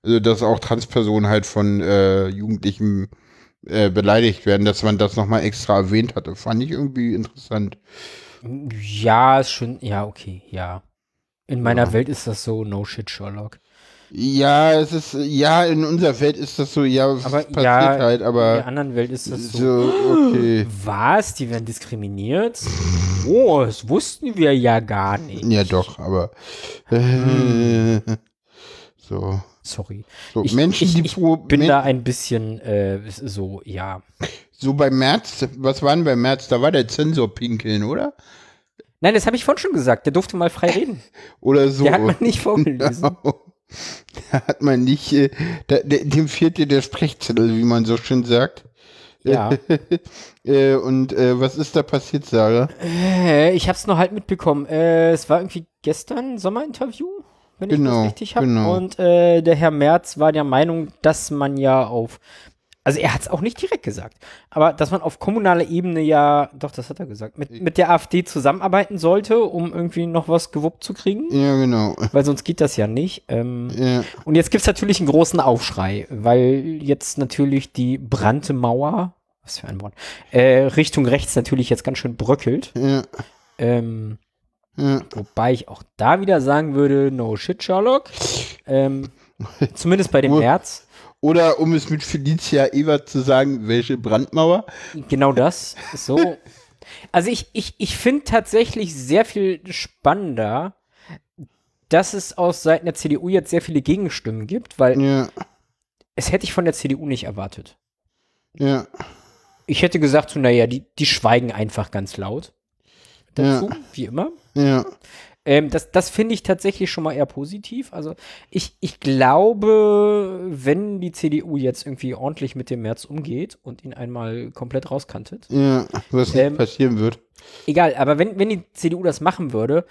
[SPEAKER 1] also dass auch Transpersonen halt von äh, Jugendlichen äh, beleidigt werden, dass man das nochmal extra erwähnt hatte. Fand ich irgendwie interessant.
[SPEAKER 2] Ja, ist schon, ja, okay, ja. In meiner Welt ist das so, no shit, Sherlock.
[SPEAKER 1] Ja, es ist, ja, in unserer Welt ist das so, ja, es
[SPEAKER 2] Aber
[SPEAKER 1] passiert
[SPEAKER 2] ja,
[SPEAKER 1] halt,
[SPEAKER 2] In
[SPEAKER 1] aber.
[SPEAKER 2] der anderen Welt ist das so.
[SPEAKER 1] So, okay.
[SPEAKER 2] Was? Die werden diskriminiert? Oh, das wussten wir ja gar nicht.
[SPEAKER 1] Ja, doch, aber. Äh, so.
[SPEAKER 2] Sorry.
[SPEAKER 1] so
[SPEAKER 2] Ich,
[SPEAKER 1] Menschen,
[SPEAKER 2] ich,
[SPEAKER 1] die
[SPEAKER 2] ich
[SPEAKER 1] pro.
[SPEAKER 2] bin
[SPEAKER 1] Men-
[SPEAKER 2] da ein bisschen äh, so, ja.
[SPEAKER 1] so bei März, was war denn bei März? Da war der Zensor pinkeln, oder?
[SPEAKER 2] Nein, das habe ich vorhin schon gesagt. Der durfte mal frei reden.
[SPEAKER 1] Oder so.
[SPEAKER 2] Der hat man nicht vorgelesen.
[SPEAKER 1] da hat man nicht. Äh, da, de- dem fehlt dir der Sprechzettel, wie man so schön sagt.
[SPEAKER 2] Ja.
[SPEAKER 1] Äh, und äh, was ist da passiert, Sarah?
[SPEAKER 2] Äh, ich habe es noch halt mitbekommen. Äh, es war irgendwie gestern Sommerinterview, wenn
[SPEAKER 1] Genau,
[SPEAKER 2] ich das richtig habe.
[SPEAKER 1] genau.
[SPEAKER 2] Und äh, der Herr Merz war der Meinung, dass man ja auf, also er hat es auch nicht direkt gesagt, aber dass man auf kommunaler Ebene ja, doch, das hat er gesagt, mit, mit der AfD zusammenarbeiten sollte, um irgendwie noch was gewuppt zu kriegen.
[SPEAKER 1] Ja, genau.
[SPEAKER 2] Weil sonst geht das ja nicht. Ähm,
[SPEAKER 1] Ja,
[SPEAKER 2] Und jetzt gibt's natürlich einen großen Aufschrei, weil jetzt natürlich die brannte Mauer, was für ein Wort, äh, Richtung rechts natürlich jetzt ganz schön bröckelt.
[SPEAKER 1] ja,
[SPEAKER 2] Ähm,
[SPEAKER 1] ja.
[SPEAKER 2] wobei ich auch da wieder sagen würde, no shit, Sherlock. Ähm, zumindest bei dem
[SPEAKER 1] Nur-
[SPEAKER 2] März.
[SPEAKER 1] Oder um es mit Felicia Ebert zu sagen, welche Brandmauer?
[SPEAKER 2] Genau das. So. Also ich, ich, ich finde tatsächlich sehr viel spannender, dass es aus Seiten der CDU jetzt sehr viele Gegenstimmen gibt, weil
[SPEAKER 1] Ja,
[SPEAKER 2] es hätte ich von der CDU nicht erwartet.
[SPEAKER 1] ja.
[SPEAKER 2] Ich hätte gesagt, so, naja, die, die schweigen einfach ganz laut dazu,
[SPEAKER 1] Ja.
[SPEAKER 2] wie immer.
[SPEAKER 1] Ja.
[SPEAKER 2] Ähm, das das finde ich tatsächlich schon mal eher positiv. Also ich, ich glaube, wenn die CDU jetzt irgendwie ordentlich mit dem März umgeht und ihn einmal komplett rauskantet,
[SPEAKER 1] Ja, was
[SPEAKER 2] Ähm,
[SPEAKER 1] nicht passieren wird.
[SPEAKER 2] egal, aber wenn, wenn die CDU das machen würde,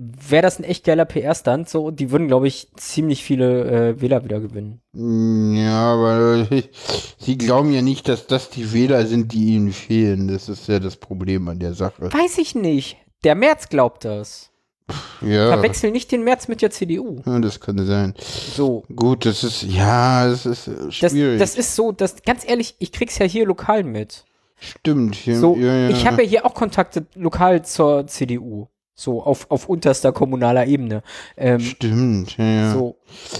[SPEAKER 2] wäre das ein echt geiler PR-Stand. So, und die würden, glaube ich, ziemlich viele äh, Wähler wieder gewinnen.
[SPEAKER 1] Mm, Ja, aber sie glauben ja nicht, dass das die Wähler sind, die ihnen fehlen. Das ist ja das Problem an der Sache.
[SPEAKER 2] Weiß ich nicht. Der März glaubt das.
[SPEAKER 1] Ja,
[SPEAKER 2] Verwechsel nicht den März mit der CDU.
[SPEAKER 1] ja das könnte sein.
[SPEAKER 2] So.
[SPEAKER 1] Gut, das ist, ja, das ist äh,
[SPEAKER 2] Das,
[SPEAKER 1] schwierig.
[SPEAKER 2] das ist so, das, ganz ehrlich, ich krieg's ja hier lokal mit.
[SPEAKER 1] Stimmt. Ja,
[SPEAKER 2] So,
[SPEAKER 1] ja, ja.
[SPEAKER 2] ich habe ja hier auch Kontakte lokal zur CDU. So, auf, auf unterster kommunaler Ebene. Ähm,
[SPEAKER 1] Stimmt, ja, ja.
[SPEAKER 2] so.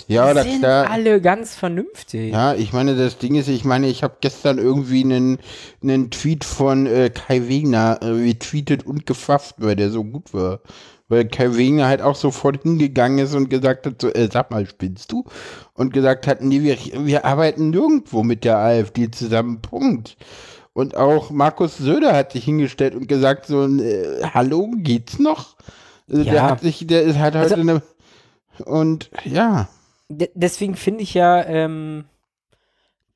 [SPEAKER 1] ja, da
[SPEAKER 2] sind
[SPEAKER 1] klar.
[SPEAKER 2] alle ganz vernünftig.
[SPEAKER 1] Ja, ich meine, das Ding ist, ich meine, ich habe gestern irgendwie einen, einen Tweet von äh, Kai Wegner äh, retweetet und gefafft, weil der so gut war. Weil Kai Wegner halt auch sofort hingegangen ist und gesagt hat, so, äh, sag mal, spinnst du? Und gesagt hat, nee, wir, wir arbeiten nirgendwo mit der AfD zusammen, Punkt. Und auch Markus Söder hat sich hingestellt und gesagt, so, äh, hallo, geht's noch? Also Der
[SPEAKER 2] Ja.
[SPEAKER 1] hat sich, der ist halt heute
[SPEAKER 2] Also-
[SPEAKER 1] eine, und ja,
[SPEAKER 2] De deswegen finde ich ja, ähm,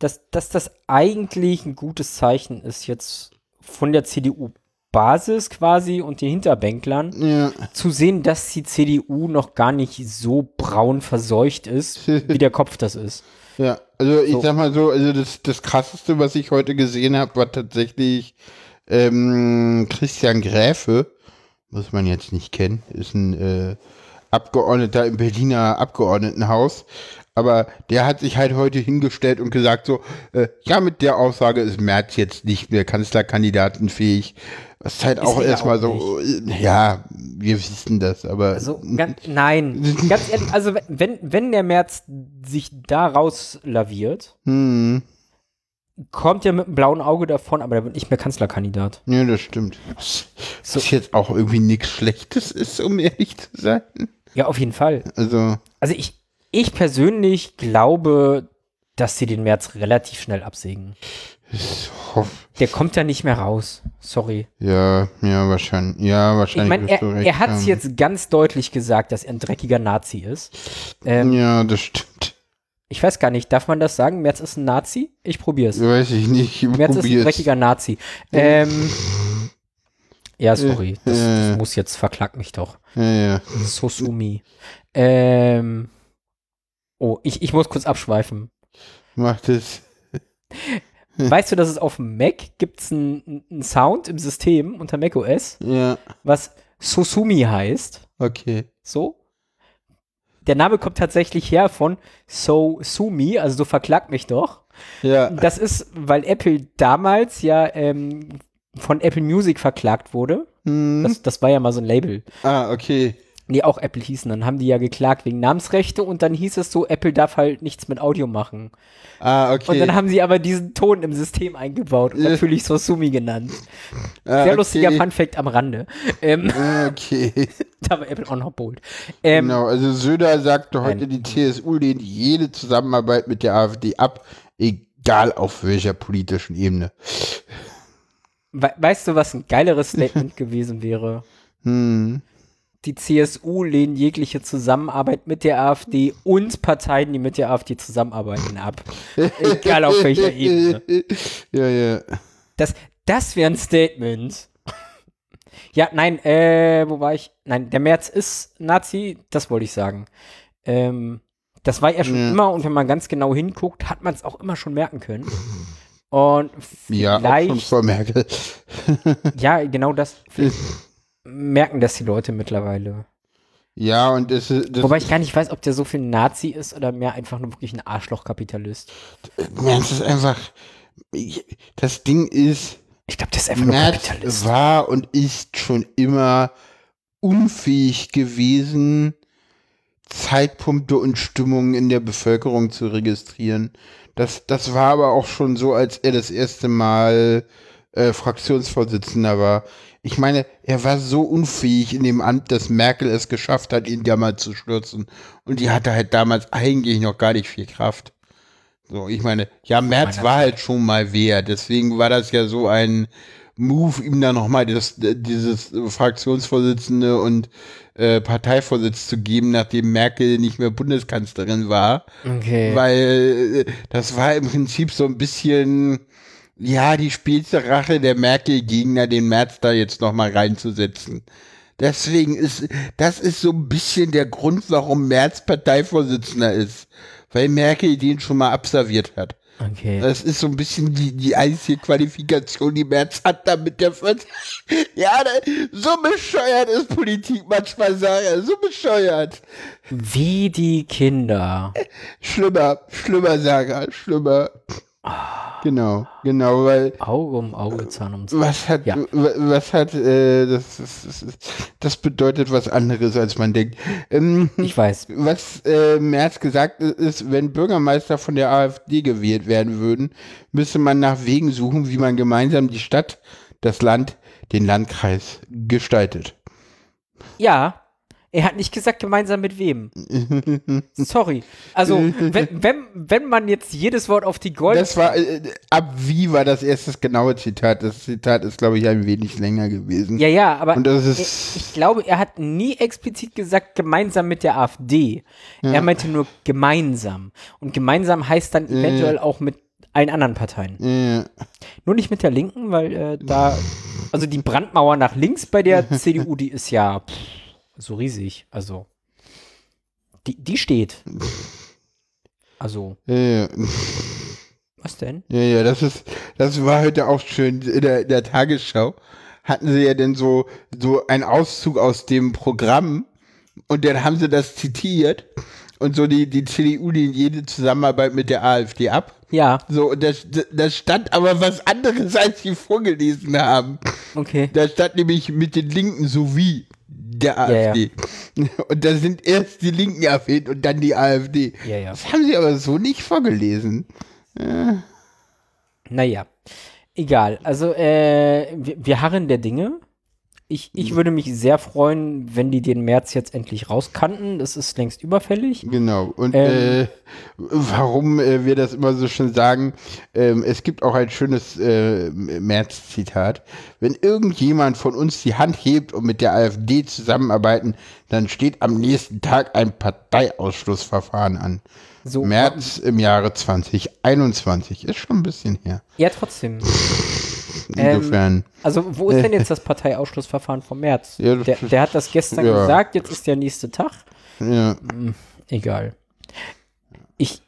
[SPEAKER 2] dass, dass das eigentlich ein gutes Zeichen ist, jetzt von der CDU-Basis quasi und den Hinterbänklern
[SPEAKER 1] ja.
[SPEAKER 2] zu sehen, dass die CDU noch gar nicht so braun verseucht ist, wie der Kopf das ist.
[SPEAKER 1] Ja, also ich
[SPEAKER 2] So.
[SPEAKER 1] sag mal so, also das, das krasseste, was ich heute gesehen habe, war tatsächlich ähm, Christian Gräfe, muss man jetzt nicht kennen, ist ein äh, Abgeordneter im Berliner Abgeordnetenhaus, aber der hat sich halt heute hingestellt und gesagt so, äh, ja, mit der Aussage ist Merz jetzt nicht mehr kanzlerkandidatenfähig, was halt auch
[SPEAKER 2] er ja
[SPEAKER 1] erstmal
[SPEAKER 2] auch
[SPEAKER 1] so, äh, ja, wir wissen das, aber
[SPEAKER 2] Also, gan- nein, ganz ehrlich, also wenn, wenn der März sich da rauslaviert,
[SPEAKER 1] hm,
[SPEAKER 2] kommt er mit einem blauen Auge davon, aber der wird nicht mehr Kanzlerkandidat.
[SPEAKER 1] ja, das stimmt.
[SPEAKER 2] So,
[SPEAKER 1] Was jetzt auch irgendwie nichts Schlechtes ist, um ehrlich zu sein.
[SPEAKER 2] ja, auf jeden Fall.
[SPEAKER 1] Also,
[SPEAKER 2] Also ich, ich persönlich glaube, dass sie den März relativ schnell absägen.
[SPEAKER 1] ich hoff,
[SPEAKER 2] Der kommt ja nicht mehr raus. Sorry.
[SPEAKER 1] ja, ja, wahrscheinlich. Ja,
[SPEAKER 2] Ich
[SPEAKER 1] wahrscheinlich.
[SPEAKER 2] meine,
[SPEAKER 1] wirst
[SPEAKER 2] er,
[SPEAKER 1] du recht
[SPEAKER 2] er hat es
[SPEAKER 1] haben.
[SPEAKER 2] jetzt ganz deutlich gesagt, dass er ein dreckiger Nazi ist. Ähm,
[SPEAKER 1] Ja, das stimmt.
[SPEAKER 2] Ich weiß gar nicht, darf man das sagen? Merz ist ein Nazi? Ich probier's.
[SPEAKER 1] Weiß ich nicht. Ich
[SPEAKER 2] Merz ist ein
[SPEAKER 1] probier's.
[SPEAKER 2] dreckiger Nazi. Ähm, ja, sorry. Das, das muss jetzt, verklagt mich doch.
[SPEAKER 1] Ja, ja.
[SPEAKER 2] Sosumi. Ähm, oh, ich, ich muss kurz abschweifen.
[SPEAKER 1] Macht es.
[SPEAKER 2] Weißt du, dass es auf dem Mac gibt's einen einen Sound im System unter macOS,
[SPEAKER 1] Ja,
[SPEAKER 2] was Sosumi heißt?
[SPEAKER 1] okay.
[SPEAKER 2] So? Der Name kommt tatsächlich her von So Sumi, also so verklagt mich doch.
[SPEAKER 1] Ja,
[SPEAKER 2] Das ist, weil Apple damals ja ähm, von Apple Music verklagt wurde.
[SPEAKER 1] hm.
[SPEAKER 2] Das, das war ja mal so ein Label.
[SPEAKER 1] ah, okay.
[SPEAKER 2] Die auch Apple hießen. Dann haben die ja geklagt wegen Namensrechte und dann hieß es so, Apple darf halt nichts mit Audio machen.
[SPEAKER 1] Ah, okay.
[SPEAKER 2] Und dann haben sie aber diesen Ton im System eingebaut und
[SPEAKER 1] Äh.
[SPEAKER 2] natürlich Sosumi genannt.
[SPEAKER 1] ah,
[SPEAKER 2] Sehr
[SPEAKER 1] okay.
[SPEAKER 2] lustiger Funfact am Rande. Ähm,
[SPEAKER 1] Ah, Okay.
[SPEAKER 2] da war Apple auch noch bold. Ähm,
[SPEAKER 1] Genau, also Söder sagte heute, die CSU lehnt jede Zusammenarbeit mit der AfD ab, egal auf welcher politischen Ebene.
[SPEAKER 2] we weißt du, was ein geileres Statement gewesen wäre?
[SPEAKER 1] Hm.
[SPEAKER 2] Die CSU lehnt jegliche Zusammenarbeit mit der AfD und Parteien, die mit der AfD zusammenarbeiten, ab. Egal auf welcher Ebene.
[SPEAKER 1] Ja, ja.
[SPEAKER 2] Das, das wäre ein Statement. Ja, nein, äh, wo war ich? Nein, der März ist Nazi, das wollte ich sagen. Ähm, das war ja schon
[SPEAKER 1] Ja.
[SPEAKER 2] immer und wenn man ganz genau hinguckt, hat man es auch immer schon merken können. Und
[SPEAKER 1] Ja, auch schon
[SPEAKER 2] vielleicht, ja,
[SPEAKER 1] vor Merkel.
[SPEAKER 2] genau das, vielleicht merken das die Leute mittlerweile.
[SPEAKER 1] Ja, und das, ist- das
[SPEAKER 2] Wobei ich gar nicht weiß, ob der so viel Nazi ist oder mehr einfach nur wirklich ein Arschlochkapitalist.
[SPEAKER 1] Merz ist einfach. Das Ding ist,
[SPEAKER 2] Ich glaube, der ist einfach nur
[SPEAKER 1] Merz
[SPEAKER 2] Kapitalist.
[SPEAKER 1] war und ist schon immer unfähig gewesen, Zeitpunkte und Stimmungen in der Bevölkerung zu registrieren. Das, das war aber auch schon so, als er das erste Mal äh, Fraktionsvorsitzender war. Ich meine, er war so unfähig in dem Amt, dass Merkel es geschafft hat, ihn damals zu stürzen. Und die hatte halt damals eigentlich noch gar nicht viel Kraft. So, ich meine, ja, Merz war halt schon mal wer. Deswegen war das ja so ein Move, ihm da nochmal dieses Fraktionsvorsitzende und äh, Parteivorsitz zu geben, nachdem Merkel nicht mehr Bundeskanzlerin war.
[SPEAKER 2] Mhm. Okay.
[SPEAKER 1] Weil äh, das war im Prinzip so ein bisschen, ja, die spielste Rache der Merkel-Gegner, den Merz da jetzt nochmal reinzusetzen. Deswegen ist, das ist so ein bisschen der Grund, warum Merz Parteivorsitzender ist. Weil Merkel den schon mal abserviert hat.
[SPEAKER 2] Okay.
[SPEAKER 1] Das ist so ein bisschen die, die einzige Qualifikation, die Merz hat, damit der Vert Ja, da- so bescheuert ist Politik manchmal, Sarah. So bescheuert.
[SPEAKER 2] Wie die Kinder.
[SPEAKER 1] Schlimmer, schlimmer, Sarah, schlimmer. Genau, genau, weil
[SPEAKER 2] Auge um Auge, Zahn um Zahn.
[SPEAKER 1] was hat,
[SPEAKER 2] Ja.
[SPEAKER 1] wa- was hat, äh, das, das, das, das bedeutet was anderes, als man denkt. Ähm,
[SPEAKER 2] Ich weiß.
[SPEAKER 1] was äh, Merz gesagt i- ist, wenn Bürgermeister von der AfD gewählt werden würden, müsste man nach Wegen suchen, wie man gemeinsam die Stadt, das Land, den Landkreis gestaltet.
[SPEAKER 2] Ja. Er hat nicht gesagt, gemeinsam mit wem. Sorry. Also, wenn, wenn, wenn man jetzt jedes Wort auf die Gold.
[SPEAKER 1] Das war, äh, ab wie war das erste genaue Zitat? Das Zitat ist, glaube ich, ein wenig länger gewesen.
[SPEAKER 2] ja, ja, aber
[SPEAKER 1] Und das
[SPEAKER 2] ich, ich
[SPEAKER 1] ist,
[SPEAKER 2] glaube, er hat nie explizit gesagt, gemeinsam mit der AfD. Er meinte nur gemeinsam. Und gemeinsam heißt dann eventuell auch mit allen anderen Parteien.
[SPEAKER 1] äh,
[SPEAKER 2] Nur nicht mit der Linken, weil äh, da, also die Brandmauer nach links bei der CDU, die ist ja pff, so riesig. Also, die, die steht. Also,
[SPEAKER 1] äh,
[SPEAKER 2] was denn?
[SPEAKER 1] Ja, ja, das ist, das war heute auch schön in der, in der Tagesschau. Hatten sie ja denn so, so einen Auszug aus dem Programm und dann haben sie das zitiert und so die, die CDU lehnt jede Zusammenarbeit mit der AfD ab.
[SPEAKER 2] Ja,
[SPEAKER 1] So, und das, das stand aber was anderes, als sie vorgelesen haben.
[SPEAKER 2] okay.
[SPEAKER 1] Da stand nämlich mit den Linken sowie der
[SPEAKER 2] ja.
[SPEAKER 1] AfD. Und da sind erst die Linken erwähnt und dann die AfD.
[SPEAKER 2] Ja, ja.
[SPEAKER 1] Das haben sie aber so nicht vorgelesen.
[SPEAKER 2] Naja, egal. Also, äh, wir, wir harren der Dinge. Ich, ich würde mich sehr freuen, wenn die den März jetzt endlich rauskannten. Das ist längst überfällig.
[SPEAKER 1] Genau. Und
[SPEAKER 2] Ähm.
[SPEAKER 1] äh, warum äh, wir das immer so schön sagen, ähm, es gibt auch ein schönes äh, März-Zitat. Wenn irgendjemand von uns die Hand hebt und mit der AfD zusammenarbeiten, dann steht am nächsten Tag ein Parteiausschlussverfahren an.
[SPEAKER 2] So,
[SPEAKER 1] März im Jahre 2021. Ist schon ein bisschen her.
[SPEAKER 2] Ja, trotzdem.
[SPEAKER 1] Insofern.
[SPEAKER 2] Also, wo ist denn jetzt das Parteiausschlussverfahren vom März?
[SPEAKER 1] Ja, das
[SPEAKER 2] der,
[SPEAKER 1] ist-
[SPEAKER 2] der hat das gestern
[SPEAKER 1] ja.
[SPEAKER 2] gesagt, jetzt ist der nächste Tag.
[SPEAKER 1] ja.
[SPEAKER 2] Egal. Ich,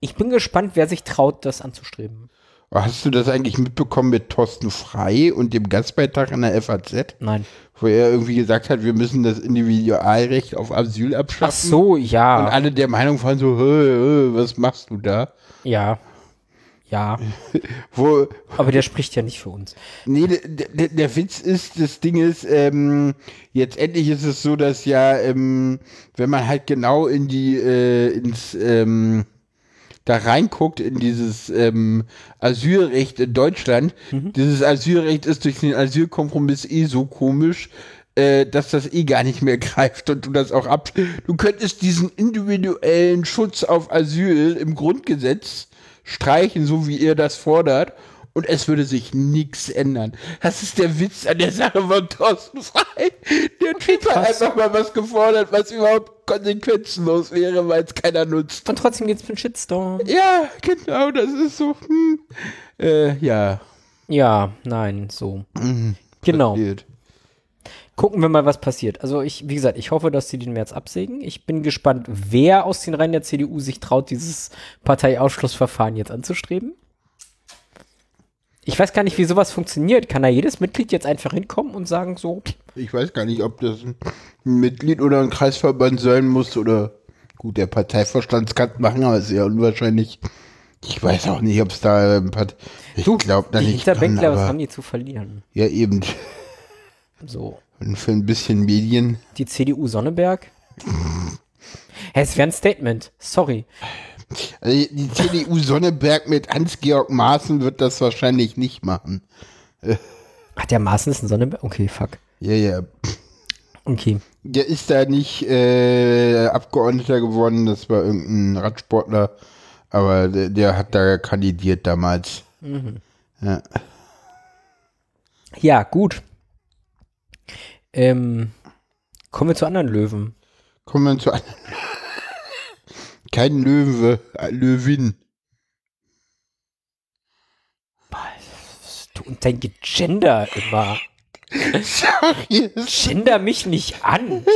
[SPEAKER 2] ich bin gespannt, wer sich traut, das anzustreben.
[SPEAKER 1] Hast du das eigentlich mitbekommen mit Thorsten Frei und dem Gastbeitrag an der FAZ?
[SPEAKER 2] Nein.
[SPEAKER 1] wo er irgendwie gesagt hat, wir müssen das Individualrecht auf Asyl
[SPEAKER 2] Ach
[SPEAKER 1] abschaffen.
[SPEAKER 2] so,
[SPEAKER 1] Und
[SPEAKER 2] ja.
[SPEAKER 1] alle der Meinung waren so, hö, hö, was machst du da?
[SPEAKER 2] Ja. Ja.
[SPEAKER 1] Wo,
[SPEAKER 2] Aber der spricht ja nicht für uns.
[SPEAKER 1] nee, der, der, der Witz ist, das Ding ist, ähm, jetzt endlich ist es so, dass ja, ähm, wenn man halt genau in die, äh, ins, ähm, da reinguckt in dieses ähm, Asylrecht in Deutschland, dieses Asylrecht ist durch den Asylkompromiss eh so komisch, äh, dass das eh gar nicht mehr greift und du das auch ab. Du könntest diesen individuellen Schutz auf Asyl im Grundgesetz streichen, so wie ihr das fordert. Und es würde sich nichts ändern. Das ist der Witz an der Sache von Thorsten Frei. Der Typ hat einfach mal was gefordert, was überhaupt konsequenzenlos wäre, weil es keiner nutzt.
[SPEAKER 2] Und trotzdem geht's mit Shitstorm.
[SPEAKER 1] Ja, genau, das ist so. Hm. Äh, ja.
[SPEAKER 2] Ja, nein, so. Genau.
[SPEAKER 1] Passiert.
[SPEAKER 2] Gucken wir mal, was passiert. Also ich, wie gesagt, ich hoffe, dass sie den März absägen. Ich bin gespannt, wer aus den Reihen der CDU sich traut, dieses Parteiausschlussverfahren jetzt anzustreben. Ich weiß gar nicht, wie sowas funktioniert. Kann da jedes Mitglied jetzt einfach hinkommen und sagen so,
[SPEAKER 1] Ich weiß gar nicht, ob das ein Mitglied oder ein Kreisverband sein muss oder. Gut, der Parteivorstand kann machen, aber ist ja unwahrscheinlich. Ich weiß auch nicht, ob es da ein Part Ich
[SPEAKER 2] du,
[SPEAKER 1] glaube da
[SPEAKER 2] die
[SPEAKER 1] nicht dran,
[SPEAKER 2] Hinterbänkler, was
[SPEAKER 1] aber
[SPEAKER 2] haben die zu verlieren?
[SPEAKER 1] Ja, eben.
[SPEAKER 2] So,
[SPEAKER 1] Und für ein bisschen Medien.
[SPEAKER 2] die CDU Sonneberg. Hey, es wäre ein Statement. Sorry.
[SPEAKER 1] Also die CDU Sonneberg mit Hans-Georg Maaßen wird das wahrscheinlich nicht machen.
[SPEAKER 2] Ach, der Maaßen ist ein Sonneberg? Okay, fuck.
[SPEAKER 1] Ja, ja.
[SPEAKER 2] Okay.
[SPEAKER 1] Der ist da nicht äh, Abgeordneter geworden, das war irgendein Radsportler. Aber der, der hat da kandidiert damals. Ja.
[SPEAKER 2] Ja, gut. Ähm, kommen wir zu anderen Löwen.
[SPEAKER 1] Kommen wir zu anderen. Kein Löwe, äh, Löwin.
[SPEAKER 2] Du und dein Gender immer.
[SPEAKER 1] Sorry.
[SPEAKER 2] Gender mich nicht an.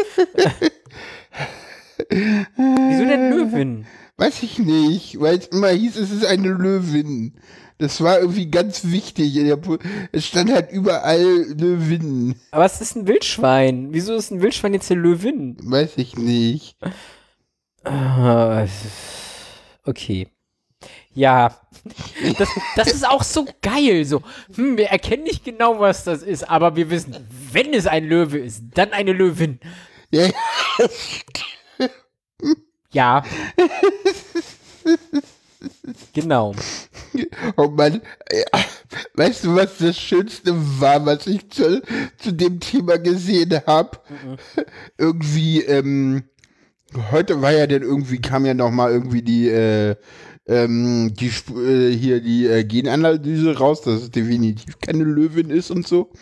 [SPEAKER 2] Wieso denn Löwin?
[SPEAKER 1] Weiß ich nicht, weil es immer hieß, es ist eine Löwin. Das war irgendwie ganz wichtig. In der Po- es stand halt überall Löwin.
[SPEAKER 2] Aber es ist ein Wildschwein. Wieso ist ein Wildschwein jetzt eine Löwin?
[SPEAKER 1] Weiß ich nicht.
[SPEAKER 2] Ah, Okay. Ja. Das, das ist auch so geil. So, hm, wir erkennen nicht genau, was das ist, aber wir wissen, wenn es ein Löwe ist, dann eine Löwin.
[SPEAKER 1] Ja,
[SPEAKER 2] Ja. genau.
[SPEAKER 1] oh Mann. Ja. Weißt du, was das Schönste war, was ich zu, zu dem Thema gesehen habe? Irgendwie, ähm, heute war ja dann irgendwie, kam ja nochmal irgendwie die, äh, ähm, die, Sp- äh, hier die äh, Genanalyse raus, dass es definitiv keine Löwin ist und so.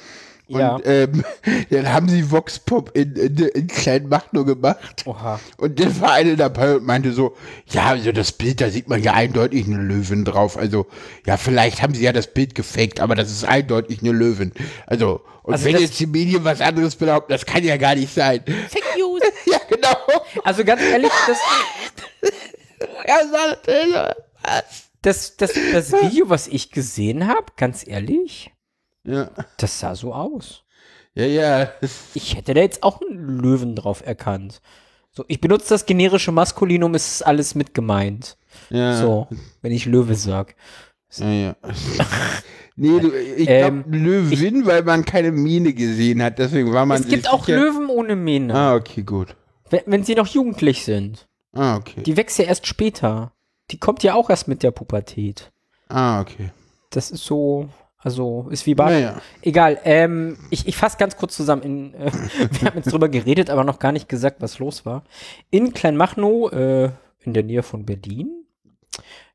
[SPEAKER 1] Und
[SPEAKER 2] Ja.
[SPEAKER 1] ähm, dann haben sie Vox Pop in, in, in Kleinmachnow gemacht.
[SPEAKER 2] Oha.
[SPEAKER 1] Und dann war einer dabei und meinte so, ja, also das Bild, da sieht man ja eindeutig eine Löwin drauf. Also, ja, vielleicht haben sie ja das Bild gefaked, aber das ist eindeutig eine Löwin. Also, und
[SPEAKER 2] Also
[SPEAKER 1] wenn
[SPEAKER 2] das-
[SPEAKER 1] jetzt die Medien was anderes behaupten, das kann ja gar nicht sein.
[SPEAKER 2] Fake News.
[SPEAKER 1] ja, genau.
[SPEAKER 2] Also ganz ehrlich, das,
[SPEAKER 1] Er sagte, was?
[SPEAKER 2] das, das, das Video, was ich gesehen habe, ganz ehrlich,
[SPEAKER 1] Ja,
[SPEAKER 2] das sah so aus.
[SPEAKER 1] ja, ja.
[SPEAKER 2] Ich hätte da jetzt auch einen Löwen drauf erkannt. So, ich benutze das generische Maskulinum, es ist alles mit gemeint.
[SPEAKER 1] ja.
[SPEAKER 2] So, wenn ich Löwe sag.
[SPEAKER 1] Ja, ja. Nee, du, ich
[SPEAKER 2] Ähm,
[SPEAKER 1] glaube Löwin, weil man keine Mine gesehen hat, deswegen war man
[SPEAKER 2] Es gibt
[SPEAKER 1] sich
[SPEAKER 2] auch
[SPEAKER 1] sicher-
[SPEAKER 2] Löwen ohne Mähne.
[SPEAKER 1] Ah, okay, gut.
[SPEAKER 2] Wenn, wenn sie noch jugendlich sind.
[SPEAKER 1] Ah, okay.
[SPEAKER 2] Die wächst ja erst später. Die kommt ja auch erst mit der Pubertät.
[SPEAKER 1] Ah, okay.
[SPEAKER 2] Das ist so, also ist wie Bart.
[SPEAKER 1] Naja.
[SPEAKER 2] Egal, ähm, ich, ich fasse ganz kurz zusammen. In, äh, wir haben jetzt drüber geredet, aber noch gar nicht gesagt, was los war. In Kleinmachnow, äh, in der Nähe von Berlin,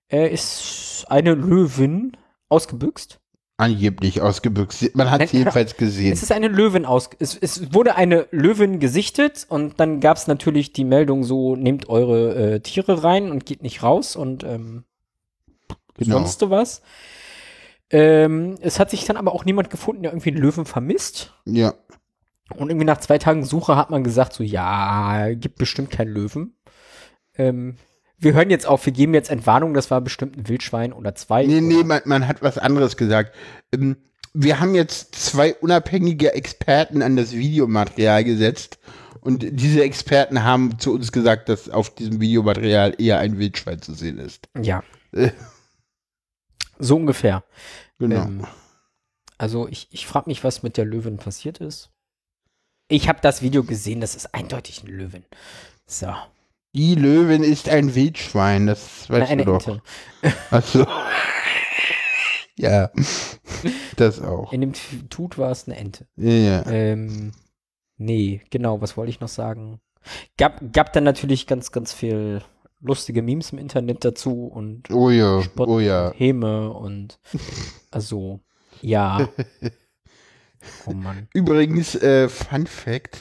[SPEAKER 2] äh, ist eine Löwin ausgebüxt.
[SPEAKER 1] Angeblich ausgebüxt. Man hat es
[SPEAKER 2] Nein,
[SPEAKER 1] jedenfalls gesehen.
[SPEAKER 2] Es ist eine Löwin aus. Es, es wurde eine Löwin gesichtet und dann gab es natürlich die Meldung so, nehmt eure äh, Tiere rein und geht nicht raus und ähm,
[SPEAKER 1] Genau.
[SPEAKER 2] sonst was. Ähm, es hat sich dann aber auch niemand gefunden, der irgendwie einen Löwen vermisst.
[SPEAKER 1] Ja.
[SPEAKER 2] Und irgendwie nach zwei Tagen Suche hat man gesagt, so ja, gibt bestimmt keinen Löwen. Ähm, wir hören jetzt auf, wir geben jetzt Entwarnung, das war bestimmt ein Wildschwein oder zwei.
[SPEAKER 1] Nee, nee,
[SPEAKER 2] oder,
[SPEAKER 1] man, man hat was anderes gesagt. Ähm, wir haben jetzt zwei unabhängige Experten an das Videomaterial gesetzt. Und diese Experten haben zu uns gesagt, dass auf diesem Videomaterial eher ein Wildschwein zu sehen ist.
[SPEAKER 2] Ja.
[SPEAKER 1] Äh.
[SPEAKER 2] so ungefähr.
[SPEAKER 1] Genau.
[SPEAKER 2] Ähm, also ich, ich frage mich, was mit der Löwin passiert ist. Ich habe das Video gesehen, das ist eindeutig ein Löwen. So,
[SPEAKER 1] Die Löwin ist ein Wildschwein, das weißt
[SPEAKER 2] eine
[SPEAKER 1] du doch.
[SPEAKER 2] Ente.
[SPEAKER 1] Also, ja, das auch.
[SPEAKER 2] In dem T- Tut war es eine Ente.
[SPEAKER 1] Ja, ja.
[SPEAKER 2] Ähm, nee, genau, was wollte ich noch sagen? Gab, gab dann natürlich ganz, ganz viel lustige Memes im Internet dazu und
[SPEAKER 1] Oh ja,
[SPEAKER 2] Spott
[SPEAKER 1] oh ja.
[SPEAKER 2] und Häme und also, ja. Oh Mann.
[SPEAKER 1] Übrigens, äh, Fun Fact,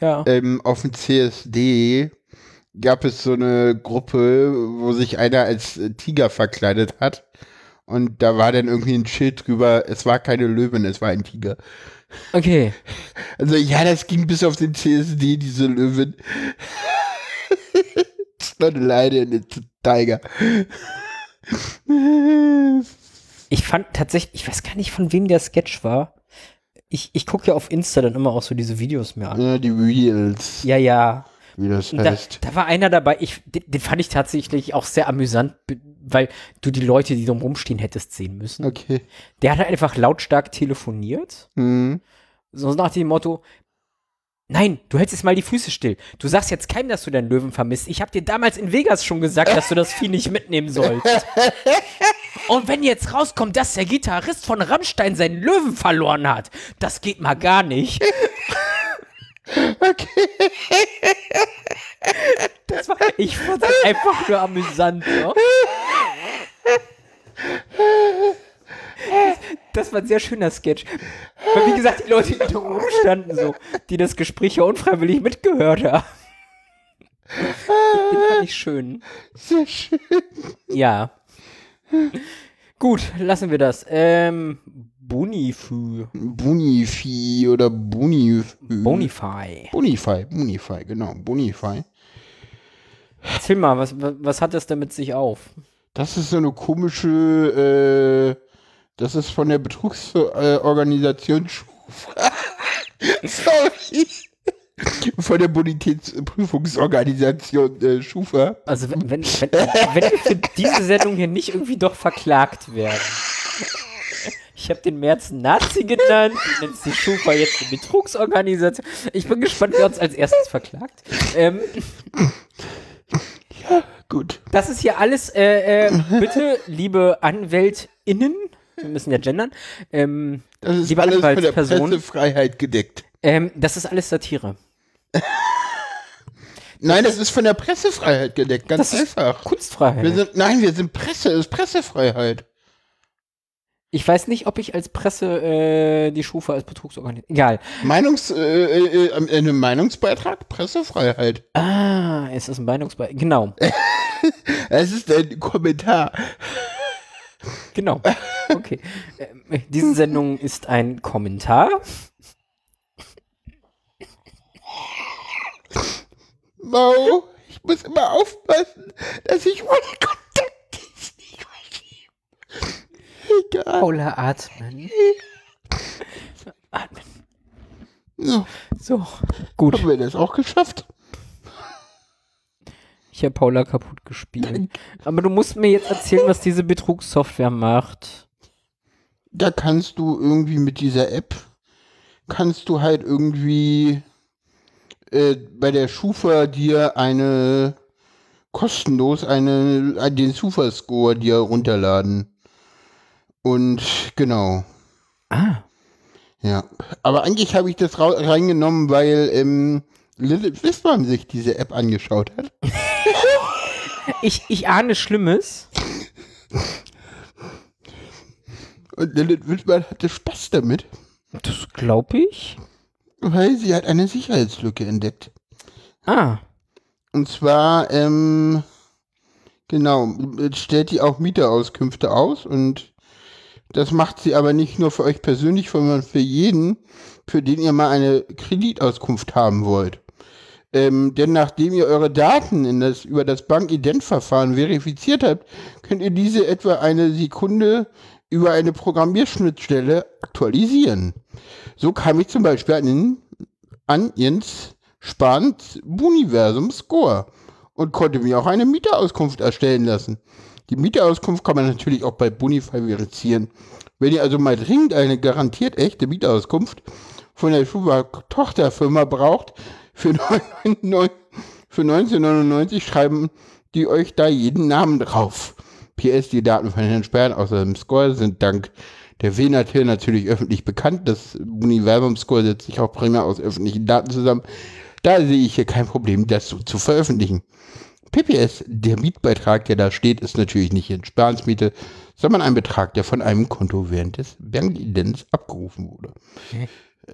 [SPEAKER 2] Ja.
[SPEAKER 1] ähm, auf dem CSD gab es so eine Gruppe, wo sich einer als äh, Tiger verkleidet hat. Und da war dann irgendwie ein Schild drüber, es war keine Löwin, es war ein Tiger.
[SPEAKER 2] Okay.
[SPEAKER 1] Also ja, das ging bis auf den CSD, diese Löwin. It's not a lion, it's a tiger.
[SPEAKER 2] Ich fand tatsächlich, ich weiß gar nicht, von wem der Sketch war. Ich, ich gucke ja auf Insta dann immer auch so diese Videos mir an.
[SPEAKER 1] Ja, die Reels,
[SPEAKER 2] Ja, ja.
[SPEAKER 1] wie das
[SPEAKER 2] Und Da,
[SPEAKER 1] heißt.
[SPEAKER 2] da war einer dabei, ich, den, den fand ich tatsächlich auch sehr amüsant, be- weil du die Leute, die drum rumstehen, hättest sehen müssen.
[SPEAKER 1] Okay.
[SPEAKER 2] Der hat halt einfach lautstark telefoniert.
[SPEAKER 1] Hm.
[SPEAKER 2] So nach dem Motto, nein, du hältst jetzt mal die Füße still. Du sagst jetzt keinem, dass du deinen Löwen vermisst. Ich habe dir damals in Vegas schon gesagt, dass du das Vieh nicht mitnehmen sollst. Und wenn jetzt rauskommt, dass der Gitarrist von Rammstein seinen Löwen verloren hat, das geht mal gar nicht.
[SPEAKER 1] Okay.
[SPEAKER 2] Das war, ich fand das einfach nur amüsant. ne? So. Das war ein sehr schöner Sketch. Weil, wie gesagt, die Leute, die da oben standen, so, die das Gespräch ja unfreiwillig mitgehört haben. Den fand ich schön.
[SPEAKER 1] Sehr schön.
[SPEAKER 2] Ja. Gut, lassen wir das. Ähm, Bonifü.
[SPEAKER 1] Bonifi oder Bonif.
[SPEAKER 2] Bonify.
[SPEAKER 1] Bonify, Bonify, genau, Bonify.
[SPEAKER 2] Erzähl mal, was, wa- was hat das damit sich auf?
[SPEAKER 1] Das ist so eine komische, äh, das ist von der Betrugsorganisation Sorry. Von der Bonitätsprüfungsorganisation äh, Schufa.
[SPEAKER 2] Also, wenn, wenn, wenn, wenn wir für diese Sendung hier nicht irgendwie doch verklagt werden. Ich habe den März einen Nazi genannt, du nennst die Schufa jetzt eine Betrugsorganisation. Ich bin gespannt, wer uns als erstes verklagt. Ähm,
[SPEAKER 1] Gut.
[SPEAKER 2] das ist hier alles, äh, äh, bitte, liebe AnwältInnen, wir müssen ja gendern, ähm,
[SPEAKER 1] Das ist
[SPEAKER 2] liebe
[SPEAKER 1] alles von der
[SPEAKER 2] Anwaltsperson,
[SPEAKER 1] Pressefreiheit gedeckt.
[SPEAKER 2] ähm, das ist alles Satire.
[SPEAKER 1] Nein, das ist von der Pressefreiheit gedeckt, ganz
[SPEAKER 2] Das ist
[SPEAKER 1] einfach. Wir
[SPEAKER 2] Kunstfreiheit.
[SPEAKER 1] sind, nein, wir sind Presse, es ist Pressefreiheit.
[SPEAKER 2] Ich weiß nicht, ob ich als Presse äh, die Schufa als Betrugsorganisation. Egal.
[SPEAKER 1] Meinungs, äh, äh, äh, am Ende Meinungsbeitrag, Pressefreiheit.
[SPEAKER 2] Ah, es ist ein Meinungsbeitrag. Genau,
[SPEAKER 1] Es ist ein Kommentar.
[SPEAKER 2] genau. Okay. Ähm, diese Sendung ist ein Kommentar.
[SPEAKER 1] Mau, ich muss immer aufpassen, dass ich meine Kontaktdienst nicht verschiebe. Egal.
[SPEAKER 2] Paula atmen. Atmen.
[SPEAKER 1] So,
[SPEAKER 2] So, gut.
[SPEAKER 1] haben wir das auch geschafft?
[SPEAKER 2] Ich habe Paula kaputt gespielt. Aber du musst mir jetzt erzählen, was diese Betrugssoftware macht.
[SPEAKER 1] Da kannst du irgendwie mit dieser App, kannst du halt irgendwie äh, bei der Schufa dir eine kostenlos eine, äh, den Schufa-Score dir runterladen. Und genau.
[SPEAKER 2] Ah.
[SPEAKER 1] Ja, aber eigentlich habe ich das rau- reingenommen, weil ähm, Lilith Wissmann sich diese App angeschaut hat.
[SPEAKER 2] Ich, ich ahne Schlimmes.
[SPEAKER 1] Und Lilith Wissmann hatte Spaß damit,
[SPEAKER 2] Das glaube ich.
[SPEAKER 1] weil sie hat eine Sicherheitslücke entdeckt.
[SPEAKER 2] Ah.
[SPEAKER 1] Und zwar, ähm, genau, äh, stellt die auch Mieterauskünfte aus und das macht sie aber nicht nur für euch persönlich, sondern für jeden, für den ihr mal eine Kreditauskunft haben wollt. Ähm, denn nachdem ihr eure Daten in das, über das Bankidentverfahren verifiziert habt, könnt ihr diese etwa eine Sekunde über eine Programmierschnittstelle aktualisieren. So kam ich zum Beispiel an den an Jens Spahns Buniversum Score und konnte mir auch eine Mieterauskunft erstellen lassen. Die Mieterauskunft kann man natürlich auch bei Bunify verifizieren. Wenn ihr also mal dringend eine garantiert echte Mieterauskunft von der Schuber-Tochterfirma braucht, für, 99 für 1999 schreiben die euch da jeden Namen drauf. PS, die Daten von Herrn Sperren außer dem Score sind dank der WNAT hier natürlich öffentlich bekannt. Das Universum Score setzt sich auch primär aus öffentlichen Daten zusammen. Da sehe ich hier kein Problem, das so zu veröffentlichen. PPS, der Mietbeitrag, der da steht, ist natürlich nicht in Sperrens Miete, sondern ein Betrag, der von einem Konto während des Bankidents abgerufen wurde.
[SPEAKER 2] Okay.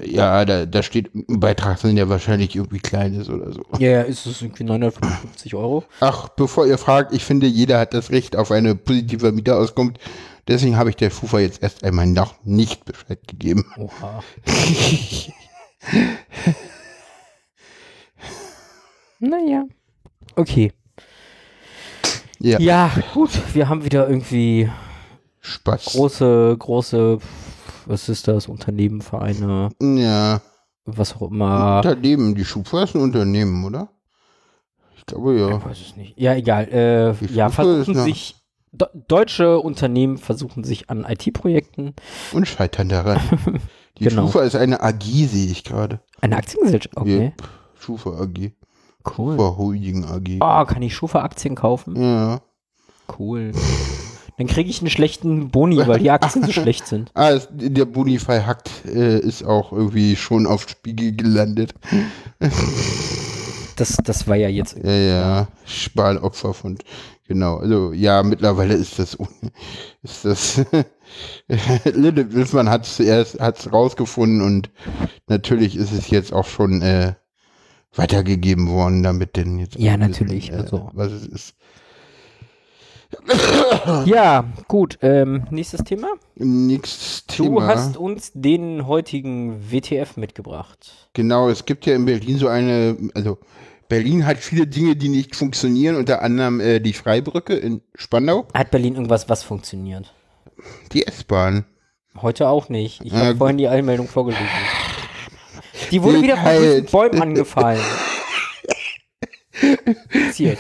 [SPEAKER 1] Ja, da, da steht ein Beitrag, sind ja wahrscheinlich irgendwie kleines oder so.
[SPEAKER 2] Ja, ja, ist es irgendwie 955 Euro?
[SPEAKER 1] Ach, bevor ihr fragt, ich finde, jeder hat das Recht auf eine positive Mieterauskunft. Deswegen habe ich der Schufa jetzt erst einmal noch nicht Bescheid gegeben.
[SPEAKER 2] Oha. naja. Okay.
[SPEAKER 1] Ja,
[SPEAKER 2] Ja, gut. Wir haben wieder irgendwie
[SPEAKER 1] Spaß.
[SPEAKER 2] große, große, was ist das, Unternehmen, Vereine,
[SPEAKER 1] ja,
[SPEAKER 2] was auch
[SPEAKER 1] Ah.
[SPEAKER 2] immer.
[SPEAKER 1] Unternehmen. Die Schufa ist ein Unternehmen, oder? Ich glaube
[SPEAKER 2] Ich
[SPEAKER 1] ja.
[SPEAKER 2] weiß es nicht. Ja, egal. Äh,
[SPEAKER 1] Die
[SPEAKER 2] ja,
[SPEAKER 1] Stufe ist
[SPEAKER 2] versuchen
[SPEAKER 1] noch-
[SPEAKER 2] sich, de deutsche Unternehmen versuchen sich an IT-Projekten.
[SPEAKER 1] Und scheitern daran. Die
[SPEAKER 2] Genau.
[SPEAKER 1] Schufa ist eine AG, sehe ich gerade.
[SPEAKER 2] Eine Aktiengesellschaft. Okay,
[SPEAKER 1] Ja, Schufa AG.
[SPEAKER 2] cool.
[SPEAKER 1] Schufa Holding AG.
[SPEAKER 2] Oh, kann ich Schufa-Aktien kaufen?
[SPEAKER 1] Ja.
[SPEAKER 2] Cool. Dann kriege ich einen schlechten Boni, weil die Aktien so schlecht sind.
[SPEAKER 1] Ah, es, der Bonify Hackt äh, ist auch irgendwie schon auf Spiegel gelandet.
[SPEAKER 2] Das, das war ja jetzt.
[SPEAKER 1] Ja, ja, Spanopfer von, genau, also ja, mittlerweile ist das, un- ist das Lilith Wilsmann hat es zuerst hat's rausgefunden und natürlich ist es jetzt auch schon äh, weitergegeben worden, damit denn jetzt.
[SPEAKER 2] Ja,
[SPEAKER 1] alle wissen, äh,
[SPEAKER 2] natürlich, also.
[SPEAKER 1] Was es ist. Ah.
[SPEAKER 2] Ja, gut. Ähm, nächstes Thema.
[SPEAKER 1] Nächstes Thema.
[SPEAKER 2] Du hast uns den heutigen WTF mitgebracht.
[SPEAKER 1] Genau, es gibt ja in Berlin so eine, also Berlin hat viele Dinge, die nicht funktionieren, unter anderem äh, die Freibrücke in Spandau,
[SPEAKER 2] Hat Berlin irgendwas, was funktioniert?
[SPEAKER 1] die S-Bahn.
[SPEAKER 2] Heute auch nicht. Ich habe
[SPEAKER 1] Äh,
[SPEAKER 2] vorhin die Einmeldung vorgelesen. Die wurde
[SPEAKER 1] Wie
[SPEAKER 2] wieder von
[SPEAKER 1] kalt.
[SPEAKER 2] diesen Bäumen angefallen. Passiert.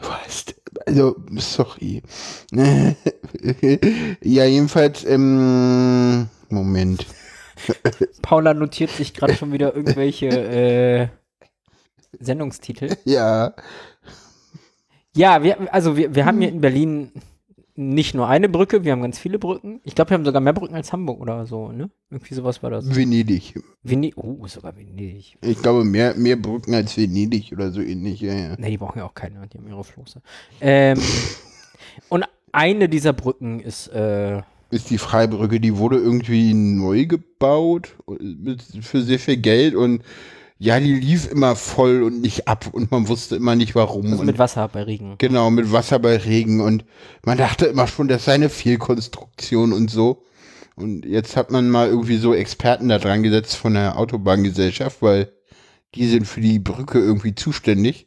[SPEAKER 1] Was? Also, sorry. ja, jedenfalls, ähm, Moment.
[SPEAKER 2] Paula notiert sich gerade schon wieder irgendwelche äh, Sendungstitel.
[SPEAKER 1] Ja,
[SPEAKER 2] Ja, wir, also wir, wir haben hier in Berlin nicht nur eine Brücke, wir haben ganz viele Brücken. Ich glaube, wir haben sogar mehr Brücken als Hamburg oder so, ne? Irgendwie sowas war das.
[SPEAKER 1] Venedig.
[SPEAKER 2] Venedig, oh, sogar Venedig.
[SPEAKER 1] Ich glaube, mehr, mehr Brücken als Venedig oder so ähnlich. Ja, ja.
[SPEAKER 2] Ne, die brauchen ja auch keine, die haben ihre Floße. Ähm, und eine dieser Brücken ist, äh,
[SPEAKER 1] Ist die Freibrücke, die wurde irgendwie neu gebaut mit, für sehr viel Geld und ja, die lief immer voll und nicht ab und man wusste immer nicht warum.
[SPEAKER 2] also
[SPEAKER 1] und
[SPEAKER 2] mit Wasser bei Regen.
[SPEAKER 1] Genau, mit Wasser bei Regen und man dachte immer schon, das sei eine Fehlkonstruktion und so. Und jetzt hat man mal irgendwie so Experten da dran gesetzt von der Autobahngesellschaft, weil die sind für die Brücke irgendwie zuständig.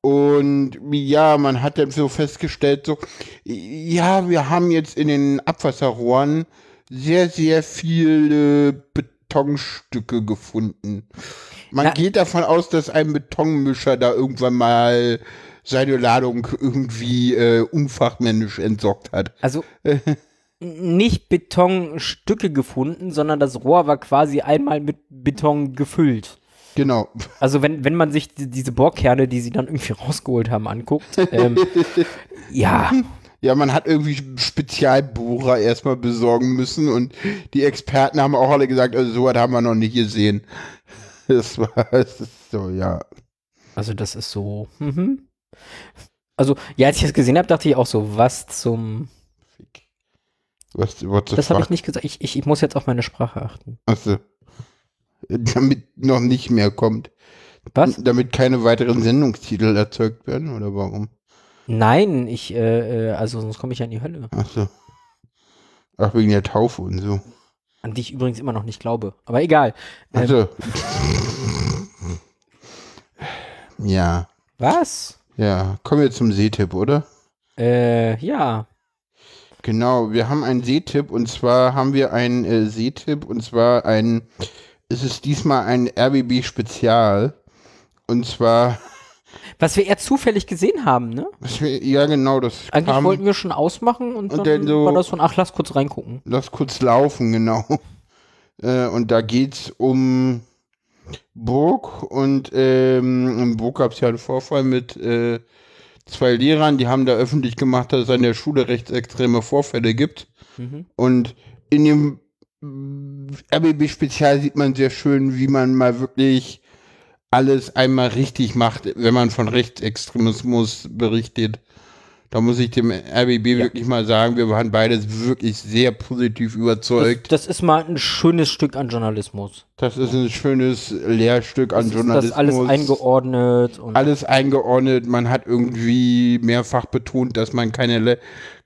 [SPEAKER 1] Und ja, man hat dann so festgestellt, so, ja, wir haben jetzt in den Abwasserrohren sehr, sehr viele Betonstücke gefunden. Man
[SPEAKER 2] Na-
[SPEAKER 1] geht davon aus, dass ein Betonmischer da irgendwann mal seine Ladung irgendwie äh, unfachmännisch entsorgt hat.
[SPEAKER 2] Also nicht Betonstücke gefunden, sondern das Rohr war quasi einmal mit Beton gefüllt.
[SPEAKER 1] Genau.
[SPEAKER 2] Also wenn, wenn man sich die, diese Bohrkerne, die sie dann irgendwie rausgeholt haben, anguckt, ähm, ja,
[SPEAKER 1] Ja, man hat irgendwie Spezialbohrer erstmal besorgen müssen und die Experten haben auch alle gesagt, also sowas haben wir noch nicht gesehen. Das war das ist so, ja.
[SPEAKER 2] also das ist so. Mhm. Also, ja, als ich das gesehen habe, dachte ich auch so, was zum.
[SPEAKER 1] Fick. Was, what the
[SPEAKER 2] Das habe ich
[SPEAKER 1] fuck?
[SPEAKER 2] nicht gesagt. Ich, ich, ich muss jetzt auf meine Sprache achten.
[SPEAKER 1] Also, damit noch nicht mehr kommt.
[SPEAKER 2] Was?
[SPEAKER 1] Damit keine weiteren Sendungstitel erzeugt werden, oder warum?
[SPEAKER 2] Nein, ich, äh, äh, also sonst komme ich ja in die Hölle.
[SPEAKER 1] Achso. Ach, wegen der Taufe und so.
[SPEAKER 2] An die ich übrigens immer noch nicht glaube. Aber egal. Ähm,
[SPEAKER 1] Also. ja,
[SPEAKER 2] was?
[SPEAKER 1] ja. Kommen wir zum Seetipp, oder?
[SPEAKER 2] Äh, ja.
[SPEAKER 1] Genau, wir haben einen Seetipp und zwar haben wir einen äh, Seetipp und zwar ein, es ist diesmal ein RBB-Spezial und zwar,
[SPEAKER 2] Was wir eher zufällig gesehen haben, ne?
[SPEAKER 1] was wir, ja genau, das
[SPEAKER 2] Eigentlich
[SPEAKER 1] kam,
[SPEAKER 2] wollten wir schon ausmachen und,
[SPEAKER 1] und
[SPEAKER 2] dann
[SPEAKER 1] dann so-
[SPEAKER 2] war das so, ach, lass kurz reingucken.
[SPEAKER 1] lass kurz laufen, genau. Äh, und da geht's um Burg und ähm, in Burg gab's ja einen Vorfall mit äh, zwei Lehrern, die haben da öffentlich gemacht, dass es an der Schule rechtsextreme Vorfälle gibt.
[SPEAKER 2] Mhm.
[SPEAKER 1] Und in dem RBB-Spezial sieht man sehr schön, wie man mal wirklich alles einmal richtig macht, wenn man von Rechtsextremismus berichtet. Da muss ich dem RBB wirklich mal sagen, wir waren beides wirklich sehr positiv
[SPEAKER 2] Das,
[SPEAKER 1] überzeugt.
[SPEAKER 2] das ist mal ein schönes Stück an Journalismus.
[SPEAKER 1] Das, ist ein schönes Lehrstück an
[SPEAKER 2] Das ist das
[SPEAKER 1] Journalismus.
[SPEAKER 2] alles eingeordnet und
[SPEAKER 1] alles eingeordnet. Man hat irgendwie mehrfach betont, dass man keine, Le-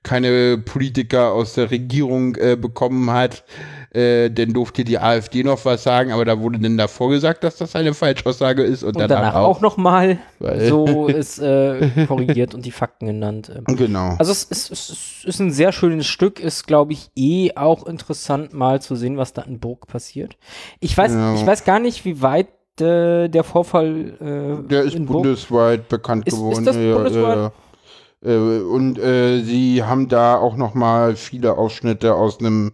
[SPEAKER 1] keine Politiker aus der Regierung äh, bekommen hat. Äh, dann durfte die AfD noch was sagen, aber da wurde dann davor gesagt, dass das eine Falschaussage ist und,
[SPEAKER 2] und danach auch nochmal
[SPEAKER 1] Weil-
[SPEAKER 2] so ist äh, korrigiert und die Fakten genannt. Ähm,
[SPEAKER 1] Genau.
[SPEAKER 2] Also es ist, es ist- ist ein sehr schönes Stück, ist glaube ich eh auch interessant mal zu sehen, was da in Burg passiert. Ich weiß,
[SPEAKER 1] Ja.
[SPEAKER 2] ich weiß gar nicht, wie weit äh, der Vorfall äh,
[SPEAKER 1] der ist
[SPEAKER 2] in Burg.
[SPEAKER 1] bundesweit bekannt
[SPEAKER 2] Ist- ist
[SPEAKER 1] geworden.
[SPEAKER 2] das
[SPEAKER 1] ja,
[SPEAKER 2] bundesweit?
[SPEAKER 1] ja, ja. Äh, Und äh, sie haben da auch noch mal viele Ausschnitte aus einem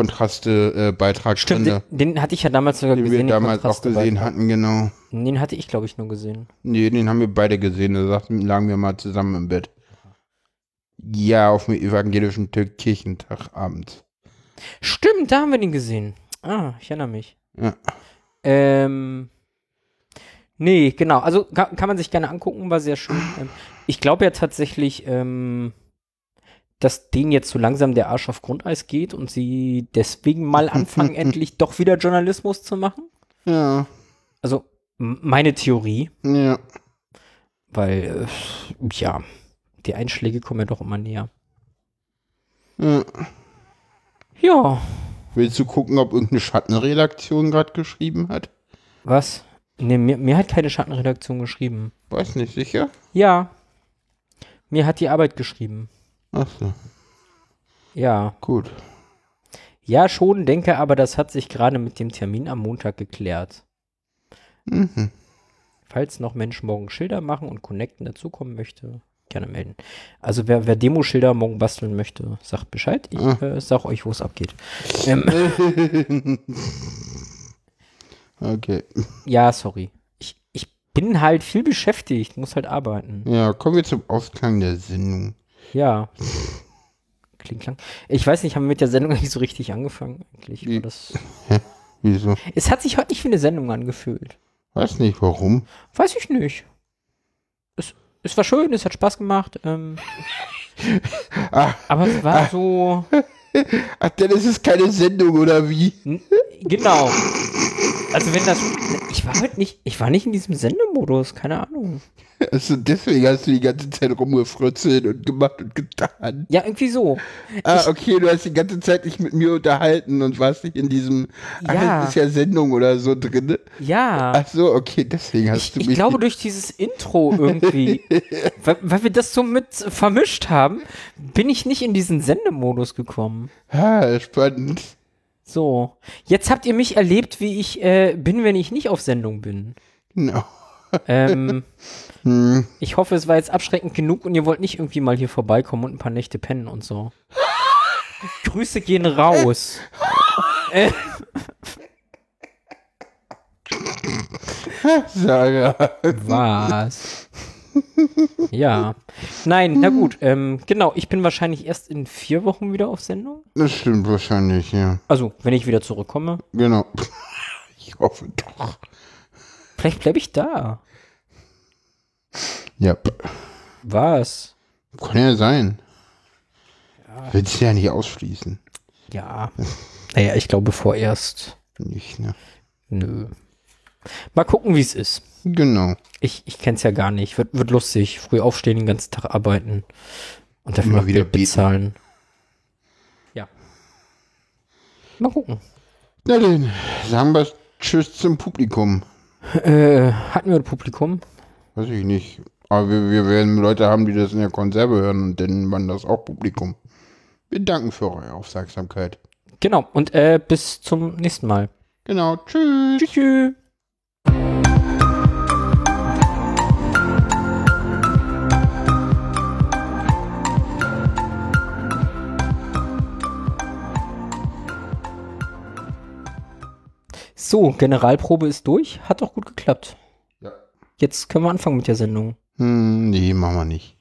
[SPEAKER 1] RBB-Kontraste-Beitrag
[SPEAKER 2] Stimmt, den, den hatte ich ja damals sogar
[SPEAKER 1] den wir
[SPEAKER 2] gesehen. den
[SPEAKER 1] damals auch
[SPEAKER 2] Kontraste-
[SPEAKER 1] gesehen hatten, genau.
[SPEAKER 2] Den hatte ich glaube ich nur gesehen.
[SPEAKER 1] Nee, den haben wir beide gesehen. Da saßen, lagen wir mal zusammen im Bett. Ja, auf dem evangelischen Tür- Kirchentag abends.
[SPEAKER 2] Stimmt, da haben wir den gesehen. Ah, ich erinnere mich.
[SPEAKER 1] Ja.
[SPEAKER 2] Ähm, nee, genau. Also kann, kann man sich gerne angucken, war sehr schön. Ähm, ich glaube ja tatsächlich, ähm, dass denen jetzt so langsam der Arsch auf Grundeis geht und sie deswegen mal anfangen, endlich doch wieder Journalismus zu machen?
[SPEAKER 1] Ja.
[SPEAKER 2] Also m- meine Theorie,
[SPEAKER 1] Ja.
[SPEAKER 2] weil, äh, ja, die Einschläge kommen ja doch immer näher.
[SPEAKER 1] ja.
[SPEAKER 2] Ja,
[SPEAKER 1] Willst du gucken, ob irgendeine Schattenredaktion gerade geschrieben hat?
[SPEAKER 2] was? Nee, mir, mir hat keine Schattenredaktion geschrieben.
[SPEAKER 1] Weiß nicht, sicher?
[SPEAKER 2] Ja, mir hat die Arbeit geschrieben.
[SPEAKER 1] Achso,
[SPEAKER 2] Ja,
[SPEAKER 1] gut.
[SPEAKER 2] ja schon, denke aber, das hat sich gerade mit dem Termin am Montag geklärt.
[SPEAKER 1] Mhm.
[SPEAKER 2] Falls noch Mensch morgen Schilder machen und Connecten dazukommen möchte, gerne melden. Also wer, wer Demoschilder morgen basteln möchte, sagt Bescheid. Ich
[SPEAKER 1] Ah.
[SPEAKER 2] äh, sag euch, wo es abgeht. Ähm,
[SPEAKER 1] Okay.
[SPEAKER 2] ja, sorry. Ich, ich bin halt viel beschäftigt, muss halt arbeiten.
[SPEAKER 1] Ja, kommen wir zum Ausklang der Sendung.
[SPEAKER 2] Ja. Klingt lang. Ich weiß nicht, haben wir mit der Sendung nicht so richtig angefangen eigentlich? War
[SPEAKER 1] Nee.
[SPEAKER 2] das
[SPEAKER 1] Wieso?
[SPEAKER 2] es hat sich heute nicht wie eine Sendung angefühlt.
[SPEAKER 1] Weiß nicht warum.
[SPEAKER 2] Weiß ich nicht. Es, es war schön, es hat Spaß gemacht. Ähm, aber es war so.
[SPEAKER 1] Ach, denn es ist keine Sendung, oder wie?
[SPEAKER 2] N- Genau. Also wenn das. Ich war halt nicht. Ich war nicht in diesem Sendemodus, keine Ahnung.
[SPEAKER 1] Also deswegen hast du die ganze Zeit rumgefrötzelt und gemacht und getan.
[SPEAKER 2] Ja, irgendwie so.
[SPEAKER 1] Ah, okay, du hast die ganze Zeit dich mit mir unterhalten und warst nicht in diesem, ach,
[SPEAKER 2] Ja.
[SPEAKER 1] das ist ja Sendung oder so drin.
[SPEAKER 2] Ja.
[SPEAKER 1] Ach so, okay, deswegen hast
[SPEAKER 2] Ich,
[SPEAKER 1] du mich.
[SPEAKER 2] ich glaube durch dieses Intro irgendwie, weil, weil wir das so mit vermischt haben, bin ich nicht in diesen Sendemodus gekommen.
[SPEAKER 1] ah, spannend.
[SPEAKER 2] So. Jetzt habt ihr mich erlebt, wie ich äh, bin, wenn ich nicht auf Sendung bin.
[SPEAKER 1] Genau.
[SPEAKER 2] Ähm,
[SPEAKER 1] Hm.
[SPEAKER 2] ich hoffe, es war jetzt abschreckend genug und ihr wollt nicht irgendwie mal hier vorbeikommen und ein paar Nächte pennen und so. Grüße gehen raus.
[SPEAKER 1] Sarah.
[SPEAKER 2] Was? ja. Nein, na gut. Ähm, genau, ich bin wahrscheinlich erst in vier Wochen wieder auf Sendung.
[SPEAKER 1] Das stimmt wahrscheinlich, ja.
[SPEAKER 2] Also, wenn ich wieder zurückkomme.
[SPEAKER 1] Genau. Ich hoffe doch.
[SPEAKER 2] Vielleicht bleibe ich da.
[SPEAKER 1] Ja, p-
[SPEAKER 2] Was?
[SPEAKER 1] kann ja sein. Willst du ja nicht ausschließen.
[SPEAKER 2] Ja. Naja, ich glaube vorerst.
[SPEAKER 1] Nicht, ne?
[SPEAKER 2] Nö. Mal gucken, wie es ist.
[SPEAKER 1] Genau.
[SPEAKER 2] Ich, ich kenn's ja gar nicht. Wird, wird lustig. Früh aufstehen, den ganzen Tag arbeiten. Und dafür
[SPEAKER 1] Immer
[SPEAKER 2] noch
[SPEAKER 1] wieder
[SPEAKER 2] Geld
[SPEAKER 1] beten.
[SPEAKER 2] bezahlen. Ja. Mal gucken.
[SPEAKER 1] Na dann, sagen wir Tschüss zum Publikum.
[SPEAKER 2] Äh, hatten wir ein Publikum?
[SPEAKER 1] Weiß ich nicht. Aber wir, wir werden Leute haben, die das in der Konserve hören und dann waren das auch Publikum. Wir danken für eure Aufmerksamkeit.
[SPEAKER 2] Genau. Und äh, bis zum nächsten Mal.
[SPEAKER 1] Genau, tschüss.
[SPEAKER 2] Tschüss. So, Generalprobe ist durch. Hat doch gut geklappt.
[SPEAKER 1] Ja.
[SPEAKER 2] Jetzt können wir anfangen mit der Sendung.
[SPEAKER 1] Hm, nee, machen wir nicht.